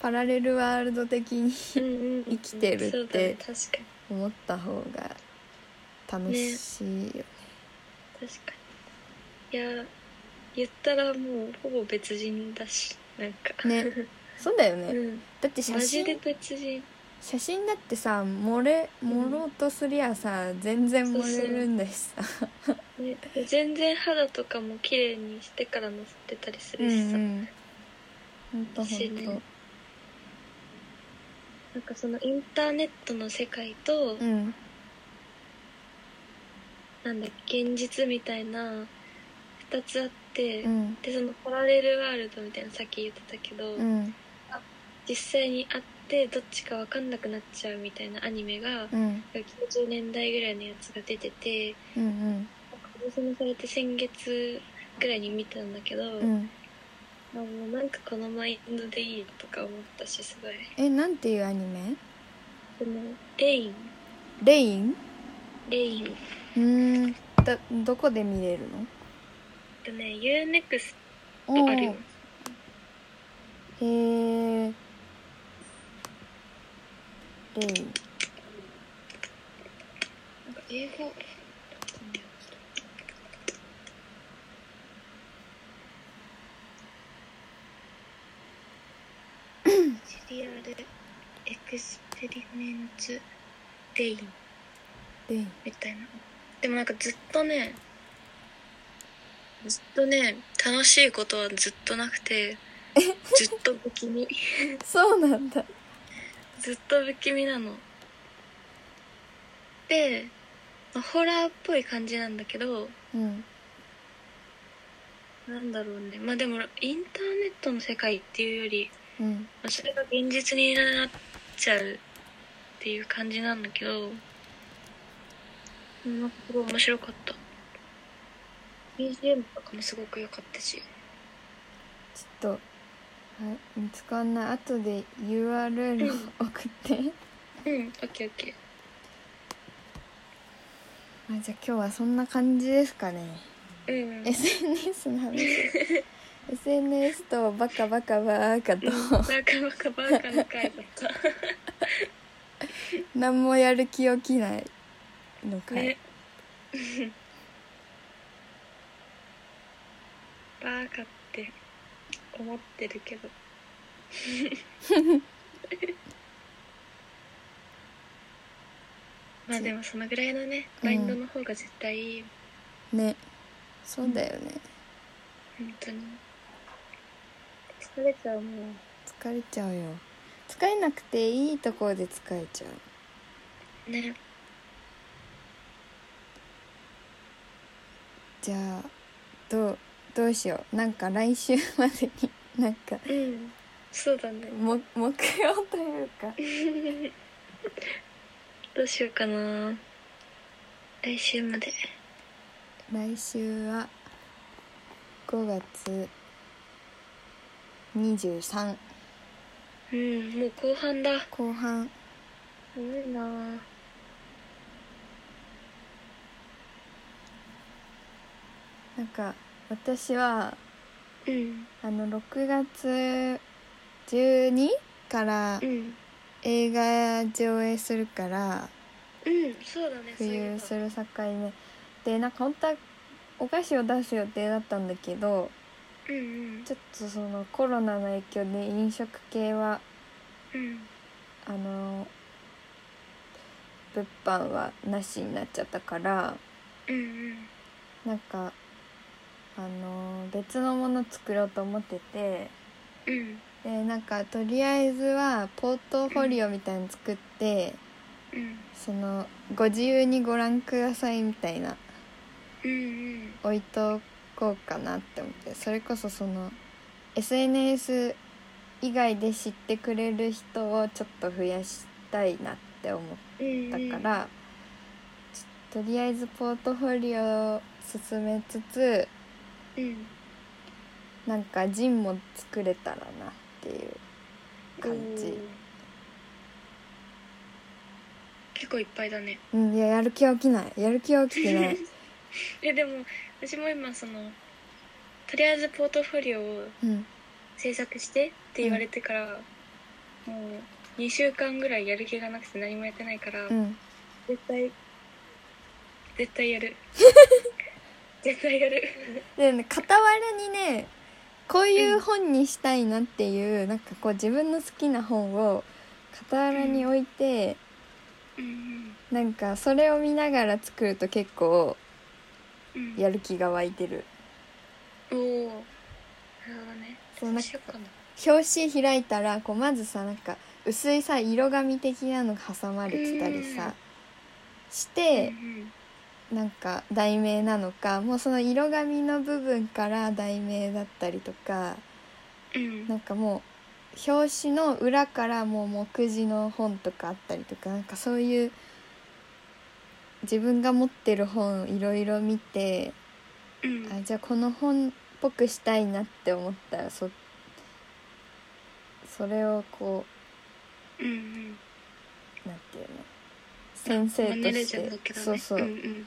S2: パラレルワールド的に
S1: 生
S2: 生きてるって
S1: そうだね確か
S2: 思った方が楽しいよ、
S1: に確かにいや言ったらもうほぼ別人だしなんか
S2: ねそうだよ
S1: う
S2: ね
S1: ん
S2: だって写
S1: マジで
S2: 真
S1: 別人
S2: 写真だってさ盛れ盛ろうとすりゃさ全然盛れるんだしさ
S1: ね全然肌とかも綺麗にしてから乗ってたりす
S2: う
S1: る
S2: ん
S1: しさ、
S2: うんほんとほんと
S1: なんかそのインターネットの世界と、
S2: うん
S1: なんだ現実みたいな2つあって、
S2: うん
S1: でそのパラレルワールドみたいなのさっき言ってたけど、
S2: うん
S1: 実際に会ってどっちか分かんなくなっちゃうみたいなアニメが、
S2: うん
S1: 90年代ぐらいのやつが出てて
S2: うん
S1: 私もそれって先月ぐらいに見たんだけど、
S2: うんうん
S1: あもうなんかこのマインドでいいとか思ったしすごい
S2: えなんていうアニメ
S1: そのレイン
S2: レイン
S1: レインっ
S2: うーんだどこで見れるの
S1: てね UNEXT
S2: お
S1: あるよ
S2: ーへーレイ
S1: なん
S2: ン
S1: か英語シリアルエクスペリメンツデイン
S2: レイン
S1: みたいなでもなんかずっとねずっとね楽しいことはずっとなくてずっと不気味
S2: そうなんだ
S1: ずっと不気味なので、まあホラーっぽい感じなんだけど
S2: うん
S1: なんだろうねまあでもインターネットの世界っていうより、
S2: うん
S1: まあそれが現実になっちゃうっていう感じなんだけどうんなんかすごい面白かった BGM とかもすごく良かったし
S2: ちょっとあ見つかんない後で URL を送って
S1: うんオッケーオッケー
S2: まあじゃあ今日はそんな感じですかね
S1: うん。
S2: SNS の話 SNS とバカバカバカと
S1: バカバカバカの回だっ
S2: 何もやる気起きないの
S1: た。
S2: かい、
S1: ね。 バカって思ってるけど。 まあでもそのぐらいのね、マインドの方が絶対いいよ。
S2: ねそうだよね
S1: 本当に。疲れちゃうもん。
S2: 疲れちゃうよ疲れなくていいところで疲れちゃう
S1: ね。
S2: じゃあどうどうしようなんか来週までに なんか
S1: うん。そうだね。
S2: も目標というか
S1: どうしようかな。来週まで。
S2: 来週は5月23
S1: うん、もう後半だ。
S2: 後半
S1: 寒いなぁ
S2: なんか私は
S1: うん、
S2: あの6月12から
S1: うん、
S2: 映画上映するから
S1: うん、そうだね、そうい
S2: 冬
S1: う
S2: する境目でなんか本当はお菓子を出す予定だったんだけど
S1: うん、うん、
S2: ちょっとそのコロナの影響で飲食系は
S1: うん、
S2: あの物販はなしになっちゃったから
S1: うん、
S2: なんかあの別のもの作ろうと思ってて
S1: うん、
S2: でなんかとりあえずはポートフォリオみたいに作って
S1: うん、
S2: そのご自由にご覧くださいみたいな
S1: うん、
S2: 置いとこうかなって思ってそれこそその SNS 以外で知ってくれる人をちょっと増やしたいなって思っ
S1: うん、
S2: たから、ちょとりあえずポートフォリオを進めつつ
S1: うん、
S2: なんかジンも作れたらなっていう感
S1: お
S2: じ
S1: ー。結構いっぱいだね。
S2: うんいややる気は起きないやる気は起き てない
S1: え、でも、私も今、その、とりあえずポートフォリオを
S2: うん
S1: 制作してって言われてから、もう、2週間ぐらいやる気がなくて何もやってないから、
S2: うん
S1: 絶対絶対やる絶対やる
S2: でね傍らにねこういう本にしたいなっていう、なんかこう自分の好きな本を傍らに置いて、
S1: うん
S2: なんかそれを見ながら作ると結構
S1: うん
S2: やる気が湧いてる
S1: おおなるほどね
S2: そうなんか
S1: しようかな
S2: 表紙開いたらこうまずさなんか薄いさ色紙的なのが挟まれてたりさ、
S1: うん
S2: して
S1: う、ん
S2: なんか題名なのかもうその色紙の部分から題名だったりとか
S1: うん
S2: なんかもう表紙の裏からもう目次の本とかあったりとかなんかそういう自分が持ってる本いろいろ見て
S1: うん
S2: あじゃあこの本っぽくしたいなって思ったらそそれをこ
S1: うん
S2: うなんていうの先生
S1: マ
S2: と
S1: ネレー
S2: し
S1: ジャーだけ
S2: て
S1: どね
S2: そうそう、
S1: ん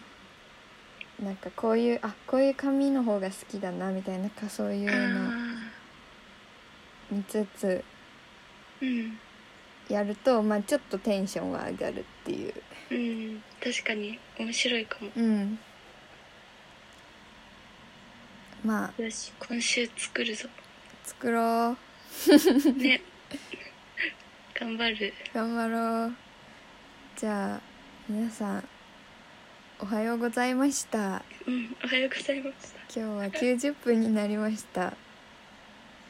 S2: なんかこういうあこういう紙の方が好きだなみたいななんかそうい
S1: うん
S2: うの
S1: あ
S2: 見つつ
S1: ーうん
S2: やると、まあ、ちょっとテンションは上がるっていう。
S1: うん確かに面白いかも
S2: うんまあ
S1: よし今週作るぞ
S2: 作ろう
S1: ね頑張る
S2: 頑張ろうじゃあ皆さんおはようございました
S1: うんおはようございました
S2: 今日は90分になりました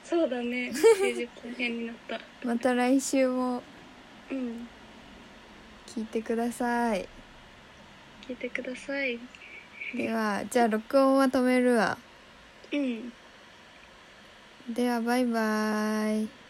S1: そうだね 90分編になった
S2: また来週も
S1: うん
S2: 聞いてください
S1: 聞いてください
S2: ではじゃあ録音は止めるわ
S1: うん
S2: ではバイバイ